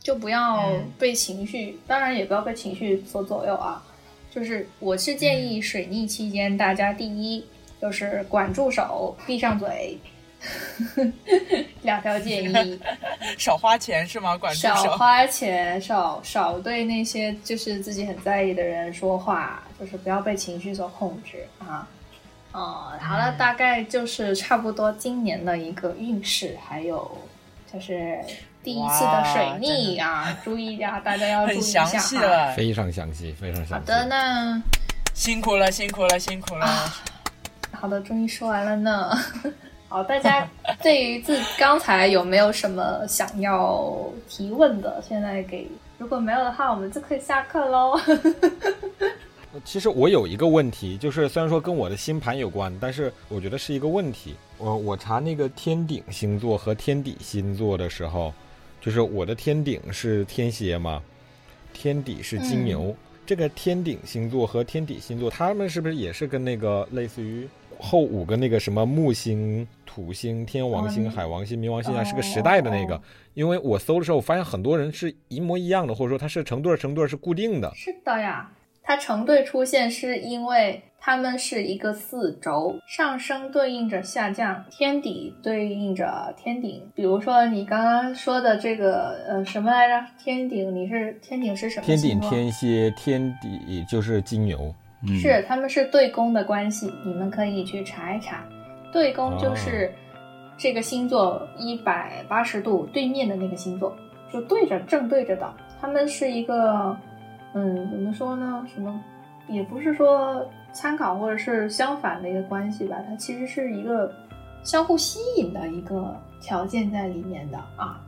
D: 就不要
C: 嗯
D: 被情绪，当然也不要被情绪所左右啊。就是我是建
C: 嗯
D: 议水逆期间，大家第一就是管住手，闭上嘴， 两 条建议。
C: 少花钱是吗？管住
D: 少
C: 手，
D: 花钱，少少对那些就是自己很在意的人说话，就是不要被情绪所控制啊。哦、好了，大概就是差不多今年的一个运势，还有就是第一次的水逆啊，注意啊，大家要注意
C: 很
D: 一
C: 详
D: 下
C: 细
D: 啊。
C: 了。
B: 非常详细，非常详细。
D: 好的，那
C: 辛苦了，辛苦了，辛苦了。
D: 啊好的，终于说完了呢。 好，大家对于自刚才有没有什么想要提问的？现在给，如果没有的话，我们就可以下课喽。
B: 其实我有一个问题，就是虽然说跟我的星盘有关，但是我觉得是一个问题。我我查那个天顶星座和天底星座的时候，就是我的天顶是天蝎嘛，天底是
D: 嗯
B: 金牛。这个天顶星座和天底星座，他们是不是也是跟那个类似于后五个那个什么木星、土星、天王星、
D: 嗯
B: 海王星、冥王星啊，
D: 哦
B: 是个时代的那
D: 哦
B: 个？因为我搜的时候，我发现很多人是一模一样的，或者说它是成对儿成对儿是固定的。
D: 是的呀，它成对出现是因为它们是一个四轴，上升对应着下降，天底对应着天顶。比如说你刚刚说的这个呃什么来着？天顶，你是天顶是什么
B: 天
D: 星
B: 顶
D: 座？
B: 天蝎，天底就是金牛，
A: 嗯，
D: 是，他们是对宫的关系，你们可以去查一查。对宫就是这个星座一百八十度对面的那个星座，就对着正对着的。他们是一个，嗯，怎么说呢？什么也不是说参考或者是相反的一个关系吧，它其实是一个相互吸引的一个条件在里面的啊。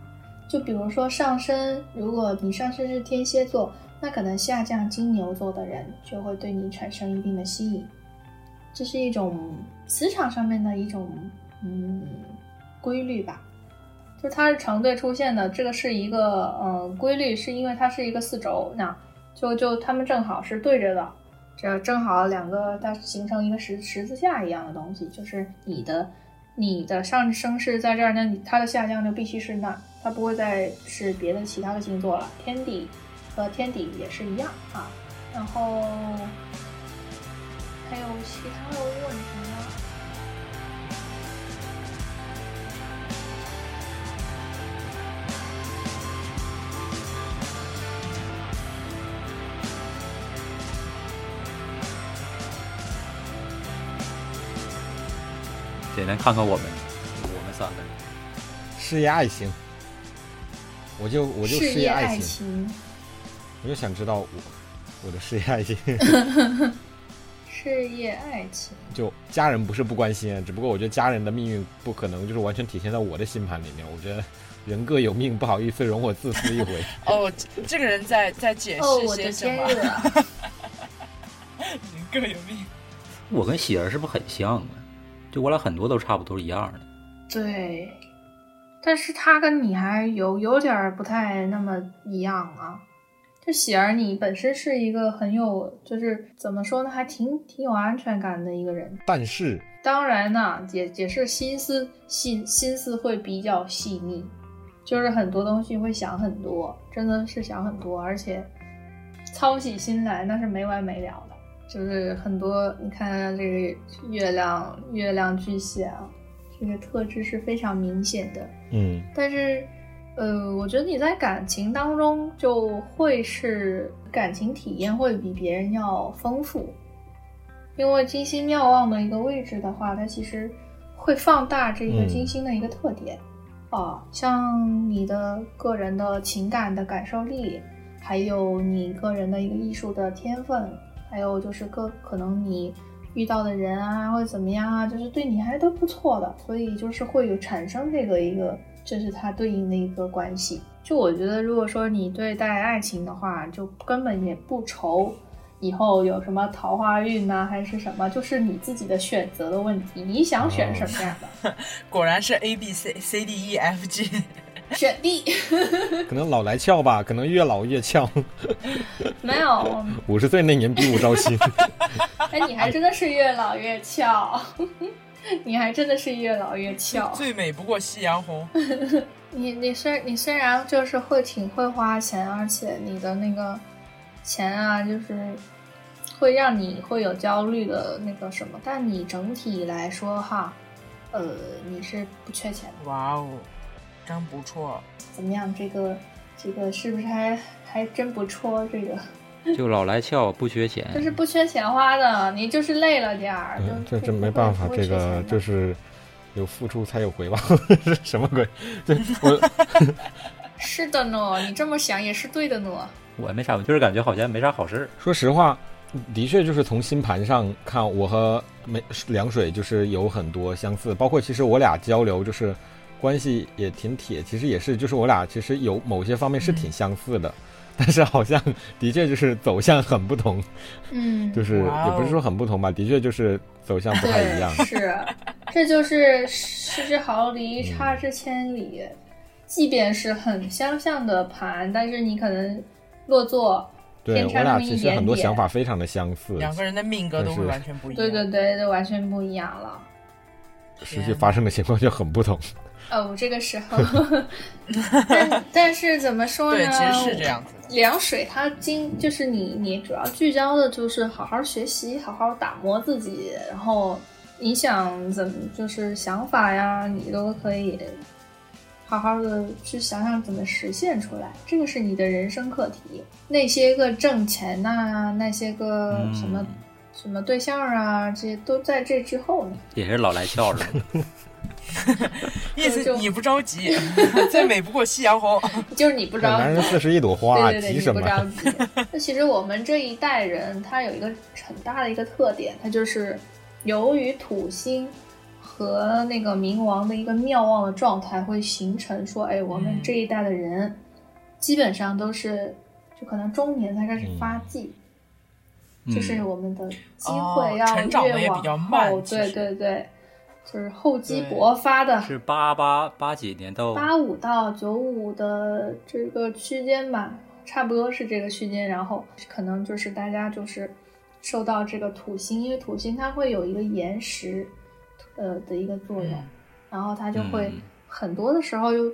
D: 就比如说上升，如果你上升是天蝎座，那可能下降金牛座的人就会对你产生一定的吸引，这是一种磁场上面的一种嗯规律吧。就它是成对出现的，这个是一个嗯规律，是因为它是一个四轴，那就就它们正好是对着的，这正好两个它形成一个十十字架一样的东西，就是你的你的上升是在这儿，那你它的下降就必须是那儿，它不会再是别的其他的星座了。天底和天底也是一样啊，然后还有其他的问题吗？
A: 简单看看我们，我们三个人，
B: 事业爱情。我就我就
D: 事
B: 事
D: 业
B: 业爱情，
D: 情，
B: 我就想知道我我的事业爱情，
D: 事业爱情。
B: 就家人不是不关心，啊只不过我觉得家人的命运不可能就是完全体现在我的星盘里面。我觉得人各有命，不好意思容我自私一回。
C: 哦，这这个人在在解
D: 哦，
C: 释
D: 我
C: 些
D: 的
C: 什
D: 天
C: 么？
D: 热，
C: 人各有命。
A: 我跟喜儿是不是很像啊？就我俩很多都差不多一样 的。
D: 对，但是他跟你还有有点儿不太那么一样啊。就喜儿，你本身是一个很有，就是怎么说呢，还挺挺有安全感的一个人。
B: 但 是
D: 当然呐，也也是心思心心思会比较细腻，就是很多东西会想很多，真的是想很多，而且操起心来那是没完没了的。就是很多，你看啊这个月亮，月亮巨蟹啊，这个特质是非常明显的。
B: 嗯，
D: 但是，呃，我觉得你在感情当中就会是感情体验会比别人要丰富，因为金星妙望的一个位置的话，它其实会放大这个
B: 嗯
D: 金星的一个特点、啊，像你的个人的情感的感受力，还有你个人的一个艺术的天分，还有就是各可能你遇到的人啊，或者怎么样啊，就是对你还都不错的，所以就是会有产生这个一个，这是它对应的一个关系。就我觉得，如果说你对待爱情的话，就根本也不愁以后有什么桃花运呐、还是什么，就是你自己的选择的问题，你想选什么样的，
C: 果然是 A B C C D E F G，
D: 选 D
B: 可能老来俏吧，可能越老越俏。
D: 没有，
B: 五十岁那年比武招 亲，
D: 哎，你还真的是越老越俏， 你还真的是越老越俏。
C: 最美不过夕阳红。
D: 你你虽你虽然就是会挺会花钱，而且你的那个钱啊，就是会让你会有焦虑的那个什么，但你整体来说哈，呃，你是不缺钱的。
C: 哇哦，真不错。
D: 怎么样？这个这个是不是还还真不错？这个
A: 就老来俏，不缺钱。
D: 就是不缺钱花的，你就是累了点儿。
B: 嗯，
D: 就
B: 这
D: 不
B: 这没
D: 不会
B: 办法
D: 不，会
B: 这
D: 缺钱
B: 个
D: 的
B: 就是有付出才有回报， 这什么 鬼？这我
D: 是的呢，你这么想也是对的呢。
A: 我没啥，我就是感觉好像没啥好事儿。
B: 说实话，的确就是从星盘上看，我和梅凉水就是有很多相似，包括其实我俩交流就是关系也挺铁，其实也是就是我俩其实有某些方面是
D: 嗯
B: 挺相似的，但是好像的确就是走向很不同，
D: 嗯，
B: 就是
C: 哇
B: 也
C: 哦
B: 不是说很不同吧，的确就是走向不太一样。
D: 对，是，这就是失之毫厘，
C: 嗯
D: 差之千里。即便是很相像的盘，但是你可能落座，
B: 对
D: 偏
B: 我
D: 差
B: 俩
D: 那么一
B: 其实
D: 点
B: 很多
D: 点
B: 想法非常的相似，
C: 两个人的命格都会完全不一样。
D: 对对对，就完全不一样了。
B: 实际发生的情况就很不同。
D: 哦，这个时 候，但但是怎么说
C: 对
D: 呢？
C: 其实是这样子的。
D: 凉水它经就是你你主要聚焦的就是好好学习，好好打磨自己，然后你想怎么就是想法呀，你都可以好好的去想想怎么实现出来，这个是你的人生课题。那些个挣钱呐、那些个什么、
A: 嗯
D: 什么对象啊，这些都在这之后呢。
A: 也是老来俏是吧？
C: 意思
D: 就
C: 你不着急， 最美不过夕阳红。
D: 就是你不着
B: 男人
D: 急
B: 四十一朵花，啊
D: 对对对，
B: 急
D: 你
B: 什
D: 不
B: 么？
D: 着急。那其实我们这一代人，他有一个很大的一个特点，他就是由于土星和那个冥王的一个妙望的状态，会形成说，哎，我们
C: 嗯
D: 这一代的人基本上都是，就可能中年才开始
B: 嗯
D: 发迹，
A: 嗯
D: 就是我们的机
C: 哦
D: 会
C: 成长
D: 要
C: 得也
D: 越
C: 比较
D: 往
C: 慢
D: 后，
C: 其
D: 对
C: 实
D: 对对，就是厚积
C: 对
D: 薄发的
A: 嗯、是八八八几年
B: 哦
A: 到
D: 八五到九五的这个区间吧，差不多是这个区间。然后可能就是大家就是受到这个土星，因为土星它会有一个延时，呃的一个作用，
C: 嗯
D: 然后它就会
A: 嗯
D: 很多的时候就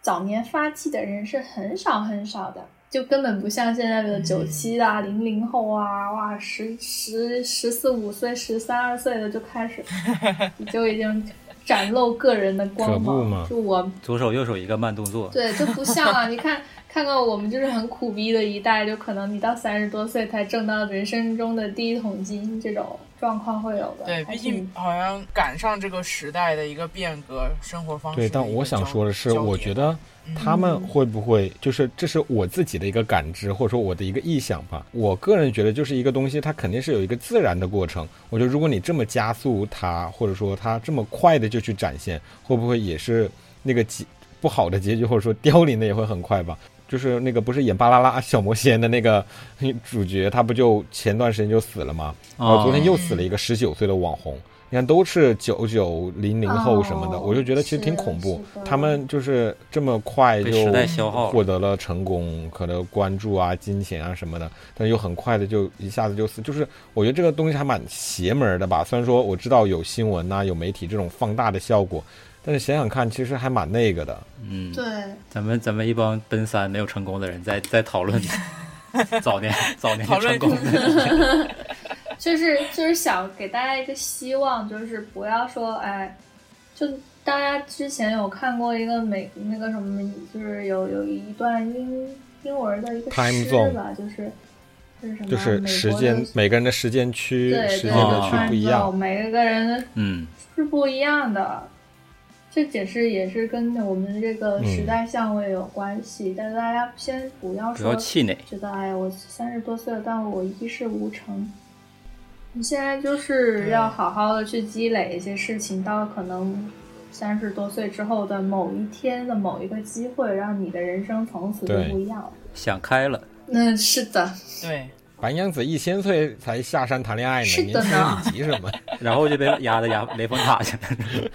D: 早年发迹的人是很少很少的。就根本不像现在的
C: 嗯
D: 九七啊、零零后啊，哇，十十十四五岁、十三二岁的就开始 就已经展露个人的光
B: 可不嘛
D: 芒。就我
A: 左手右手一个慢动作，
D: 对，就不像啊！你看，看看我们就是很苦逼的一代，就可能你到三十多岁才挣到人生中的第一桶金，这种状况会有的。
C: 对，
D: 还
C: 毕
D: 挺
C: 竟好像赶上这个时代的一个变革，生活方式的
B: 对，
C: 一个焦。
B: 但我想说的是，
C: 焦
B: 我
C: 点嗯
B: 觉得他们会不会就是这是我自己的一个感知，或者说我的一个臆想吧。我个人觉得，就是一个东西，它肯定是有一个自然的过程。我觉得，如果你这么加速它，或者说它这么快的就去展现，会不会也是那个结不好的结局，或者说凋零的也会很快吧？就是那个不是演《巴啦啦小魔仙》的那个 主角，他不就前段时间就死了吗？然
A: 哦
B: 啊后昨天又死了一个十九岁的网红。你看，都是九九零零后什么的，
D: 哦
B: 我就觉得其实挺
D: 是
B: 恐怖
D: 是。的
B: 他们就是这么快
A: 被
B: 就
A: 时代消耗了
B: 获得了成功，可能关注啊、金钱啊什么的，但又很快的就一下子就死。就是我觉得这个东西还蛮邪门儿的吧。虽然说我知道有新闻呐、有媒体这种放大的效果，但是想想看，其实还蛮那个的。
A: 嗯，
D: 对，
A: 咱们咱们一帮奔三没有成功的人在在讨 论早年早年
C: 讨
A: 成
C: 论
A: 功的，
D: 就是就是想给大家一个希望，就是不要说哎，就大家之前有看过一个美那个什么，就是有有一段英英文的一个
B: Time
D: 诗
B: zone
D: 吧，就是是什么？
B: 就是
D: 美
B: 时
D: 国的
B: 间，每个人的时间区、
D: 对
B: 时
D: 对
B: 间
D: 对
B: 的
A: 就
B: 区
D: time
B: 不一样
D: zone，。每个人的
A: 嗯，
D: 是不一样的。这解释也是跟我们这个
A: 嗯
D: 时代相位有关系，但是大家先不要
A: 不
D: 说
A: 要气馁，
D: 觉得哎呀，我三十多岁了，但我一事无成。你现在
A: 嗯
D: 就是要好好的去积累一些事情，到可能三十多岁之后的某一天的某一个机会，让你的人生从此就
B: 对
D: 不一样了。
A: 想开了，
D: 嗯，是的，
C: 对，
B: 白娘子一千岁才下山谈恋爱
D: 是
B: 呢，
D: 的
B: 您
D: 呢
B: 说你急什么？
A: 然后就被压在压雷峰塔去了，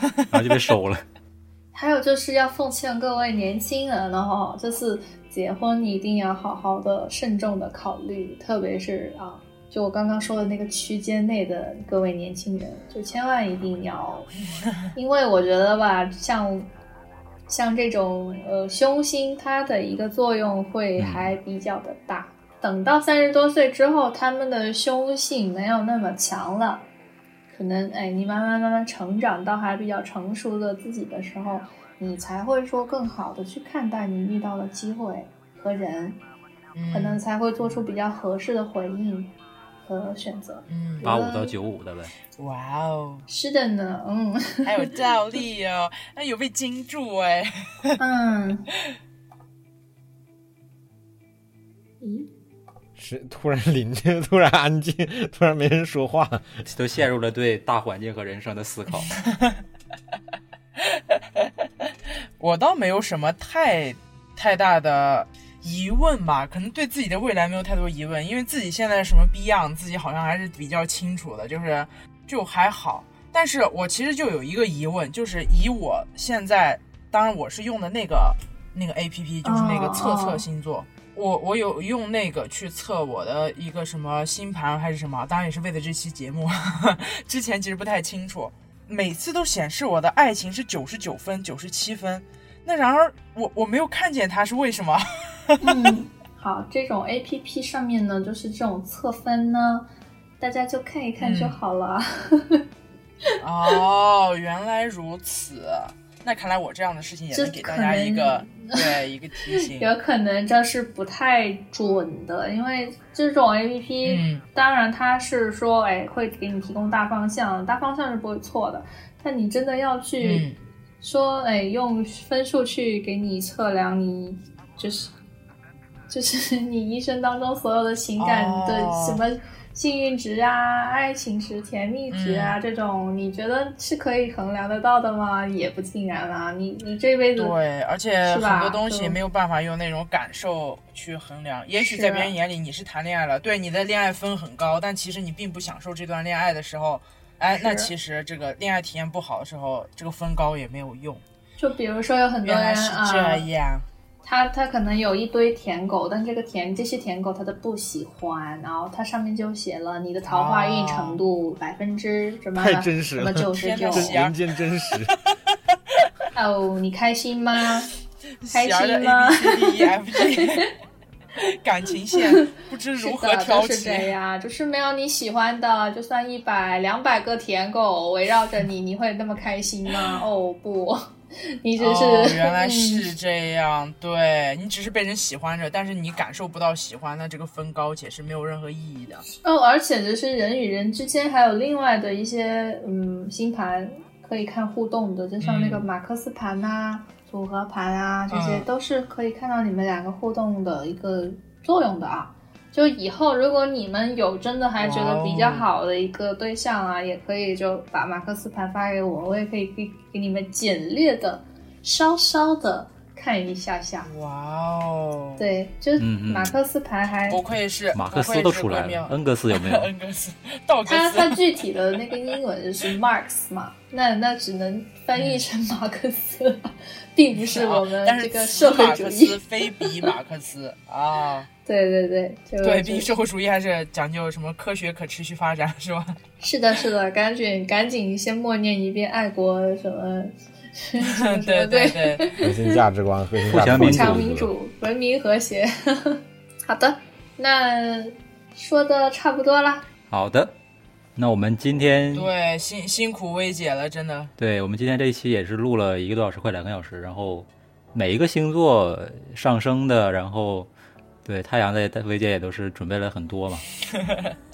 A: 然后就被收了。
D: 还有就是要奉劝各位年轻人了哈，就是结婚一定要好好的、慎重的考虑，特别是啊，就我刚刚说的那个区间内的各位年轻人，就千万一定要，因为我觉得吧，像像这种呃凶星，它的一个作用会还比较的大。等到三十多岁之后，他们的凶性没有那么强了。可能哎，你慢慢慢慢成长到还比较成熟的自己的时候，你才会说更好的去看待你遇到的机会和人，可能
C: 嗯
D: 才会做出比较合适的回应和选择。
C: 嗯，
A: 八五到九五的呗，
C: 哇哦，
D: 是的呢，嗯
C: 还有 照例哦，那有被惊住哎、
D: 嗯，咦，
B: 是突然邻居 突然安静，突然没人说话，
A: 都陷入了对大环境和人生的思考。
C: 我倒没有什么太太大的疑问吧，可能对自己的未来没有太多疑问，因为自己现在什么逼样，自己好像还是比较清楚的，就是就还好。但是我其实就有一个疑问，就是以我现在，当然我是用的那个那个 A P P，就是那个测测星座。我我有用那个去测我的一个什么星盘还是什么，当然也是为了这期节目， 之前其实不太清楚。每次都显示我的爱情是九十九分、九十七分，那然而我我没有看见它是为什么？
D: 嗯，好，这种 A P P 上面呢，就是这种测分呢，大家就看一看就
C: 嗯
D: 好了。
C: 哦，原来如此。那看来我这样的事情也
D: 这
C: 能给大
D: 可
C: 家
D: 能
C: 一个对一个 提醒。
D: 有可能这是不太准的，因为这种 A P P，、
C: 嗯
D: 当然它是说，哎，会给你提供大方向，大方向是不会错的，但你真的要去
C: 嗯
D: 说，哎，用分数去给你测量你就是 就是你一生当中所有的情感
C: 哦
D: 的什么幸运值啊、爱情值、甜蜜值
C: 嗯
D: 啊、这种，你觉得是可以衡量得到的吗？也不尽然啦，你你这辈子
C: 对，而且
D: 是吧
C: 很多东西
D: 就
C: 没有办法用那种感受去衡量。也许在别人眼里你是谈恋爱了，对你的恋爱分很高，但其实你并不享受这段恋爱的时候，哎，那
D: 是
C: 其实这个恋爱体验不好的时候，这个分高也没有用。
D: 就比如说有很多
C: 原来
D: 人
C: 是这
D: 啊，
C: 样，
D: 他他可能有一堆舔狗，但这个舔这些舔狗他都不喜欢，然后他上面就写了你的桃花
C: 哦
D: 运程度百分之什么
B: 太真实
D: 什
B: 了
D: 么九十
C: 天
D: 九
C: 哪，喜
B: 这
C: 儿
B: 人间 真实。
D: 哦，你开 心吗？开
C: 喜儿的
D: 心吗
C: A B C D E F G 感情线不知
D: 是
C: 如何
D: 的，
C: 挑
D: 就是
C: 起。
D: 这样，就是没有你喜欢的，就算一百、两百个舔狗围绕着你，你会那么开心吗？哦不， 你只是、
C: 哦、原来
D: 嗯
C: 是这样，对你只是被人喜欢着，但是你感受不到喜欢，那这个分高且是没有任何意义的。
D: 哦，而且就是人与人之间还有另外的一些嗯星盘可以看互动的，就像那个
C: 嗯
D: 马克思盘呐、组合盘啊，这些
C: 嗯
D: 都是可以看到你们两个互动的一个作用的啊。就以后如果你们有真的还觉得比较
C: 哇哦
D: 好的一个对象啊，也可以就把马克思盘发给我，我也可以给给你们简略的、稍稍的看一下下。
C: 哇哦，，
D: 对，就是
A: 嗯嗯
D: 马克思盘还
C: 不愧是
A: 马克思都出来了，，恩格斯有没
C: 不愧
A: 有
C: 是闺蜜？ 恩格斯、道格
D: 它它
C: 斯，
D: 具体的那个英文是 Marx 嘛，那那只能翻译成马克思了，并不是我
C: 啊
D: 们
C: 但
D: 这
C: 哦是
D: 个
C: 此
D: 社会
C: 马
D: 主
C: 克
D: 义
C: 思。非彼马克思啊，
D: 对对对，就
C: 对，
D: 就
C: 毕竟社会主义还是讲究什么科学可持续发展，是吧？
D: 是的，是的，赶紧赶紧先默念一遍爱国什么什么什么
C: 对
D: 对，
C: 对，
B: 核心价值观，核心价值观，
A: 互
D: 共
A: 相
D: 产民主、文明和谐。 好的，那说的差不多啦。
A: 好的，那我们今天
C: 对，辛辛苦薇姐了，真的。
A: 对我们今天这一期也是录了一个多小时，快两个小时。然后每一个星座上升的，然后对太阳在薇姐也都是准备了很多嘛，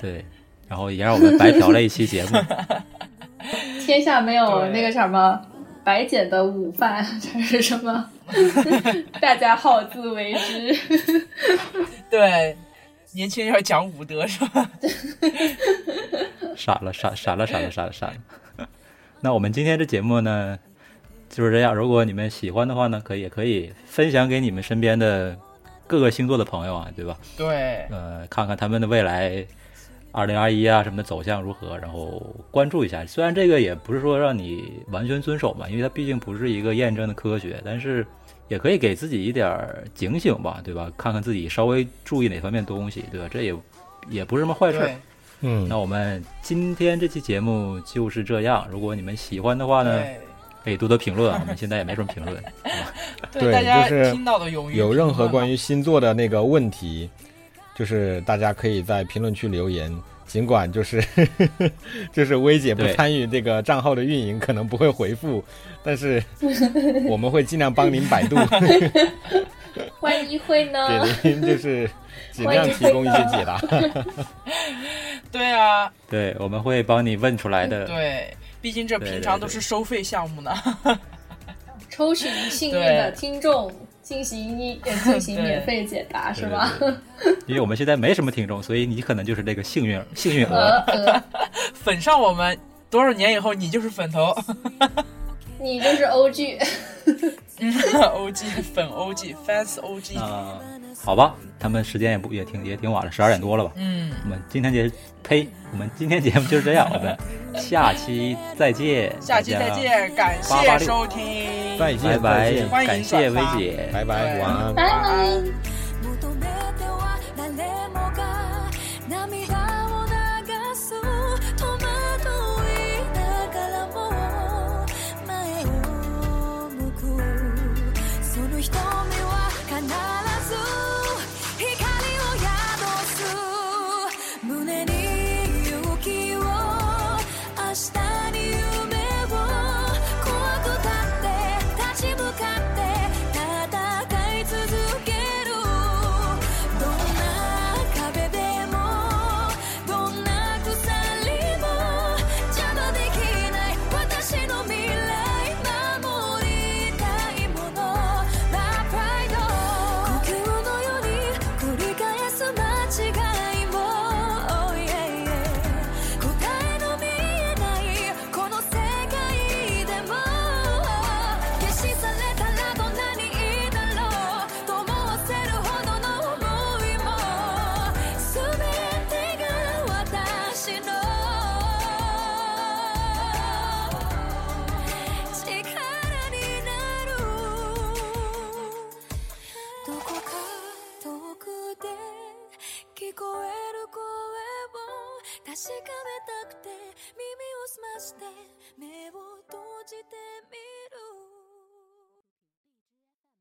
A: 对，然后也让我们白嫖了一期节目。
D: 天下没有
C: 对
D: 那个什么白捡的午饭，这是什么？ 大家好自为之。
C: 对，年轻人要讲武德是吧？
A: 闪了，闪闪了，闪了，闪了，闪了。 那我们今天这节目呢，就是这样。如果你们喜欢的话呢，可以也可以分享给你们身边的各个星座的朋友啊，对吧？
C: 对，
A: 呃，看看他们的未来，二零二一啊什么的走向如何，然后关注一下。虽然这个也不是说让你完全遵守嘛，因为它毕竟不是一个验证的科学，但是也可以给自己一点儿警醒吧，对吧？看看自己稍微注意哪方面东西，对吧？这也也不是什么坏事儿。
C: 对，
B: 嗯
A: 那我们今天这期节目就是这样。如果你们喜欢的话啊呢，
C: 对，
A: 可以多多评论啊。我们现在也没什么评论， 好吧？
B: 对
C: 大家
B: 就是
C: 听到的踊跃，
B: 有任何关于星座的那个问题，就是大家可以在评论区留言。尽管就是 就是薇姐不
A: 对
B: 参与这个账号的运营，可能不会回复，但是我们会尽量帮您 百度，
D: 万一会呢？
B: 给您就是尽量提供一些解 答。
C: 对啊，
A: 对，我们会帮你问出来的。
C: 对，毕竟这
A: 对
C: 平
A: 对
C: 常都
A: 对
C: 是收费项目呢。
D: 抽取幸运的
C: 对
D: 听众进行一呃进行
C: 对
D: 免费解答是
A: 对
D: 吧？？
A: 对对因为我们现在没什么听众，所以你可能就是那个幸 运幸运
D: 呃
A: 儿。
D: 呃，
C: 粉上我们多少年以后，你就是粉头
D: 你就是 OG，
C: ，OG 嗯粉 OG fans OG，、
A: 啊、好吧，他们时间也不也挺也挺晚了，十二点多了吧。
C: 嗯，
A: 我们今天节呸，我们今天节目就是这样，我们下期再见，
C: 下期再，见，感谢
A: 886
C: 收听，
B: 再见，
A: 拜
B: 再
A: 拜，
B: 见，
C: 欢迎
A: 感谢薇
C: 转发
A: 姐，
B: 拜拜，晚安。
D: 拜拜。
E: 求めては誰もが涙を流す戸惑いながらも前を向くその瞳は必ず光を宿す胸に勇気を明日に夢を怖くたって立ち向かって戦い続けるどんな壁でもどんな鎖も邪魔できない私の未来守りたいもの My pride 呼吸のように繰り返す間違いも Oh, yeah, yeah 答えの見えないこの世界でも消し去れたらどんなにいいだろうと思わせるほどの想いも全てが私の力になるどこか遠くで聞こえる声を確かめたくて耳を澄まして目を閉じてみ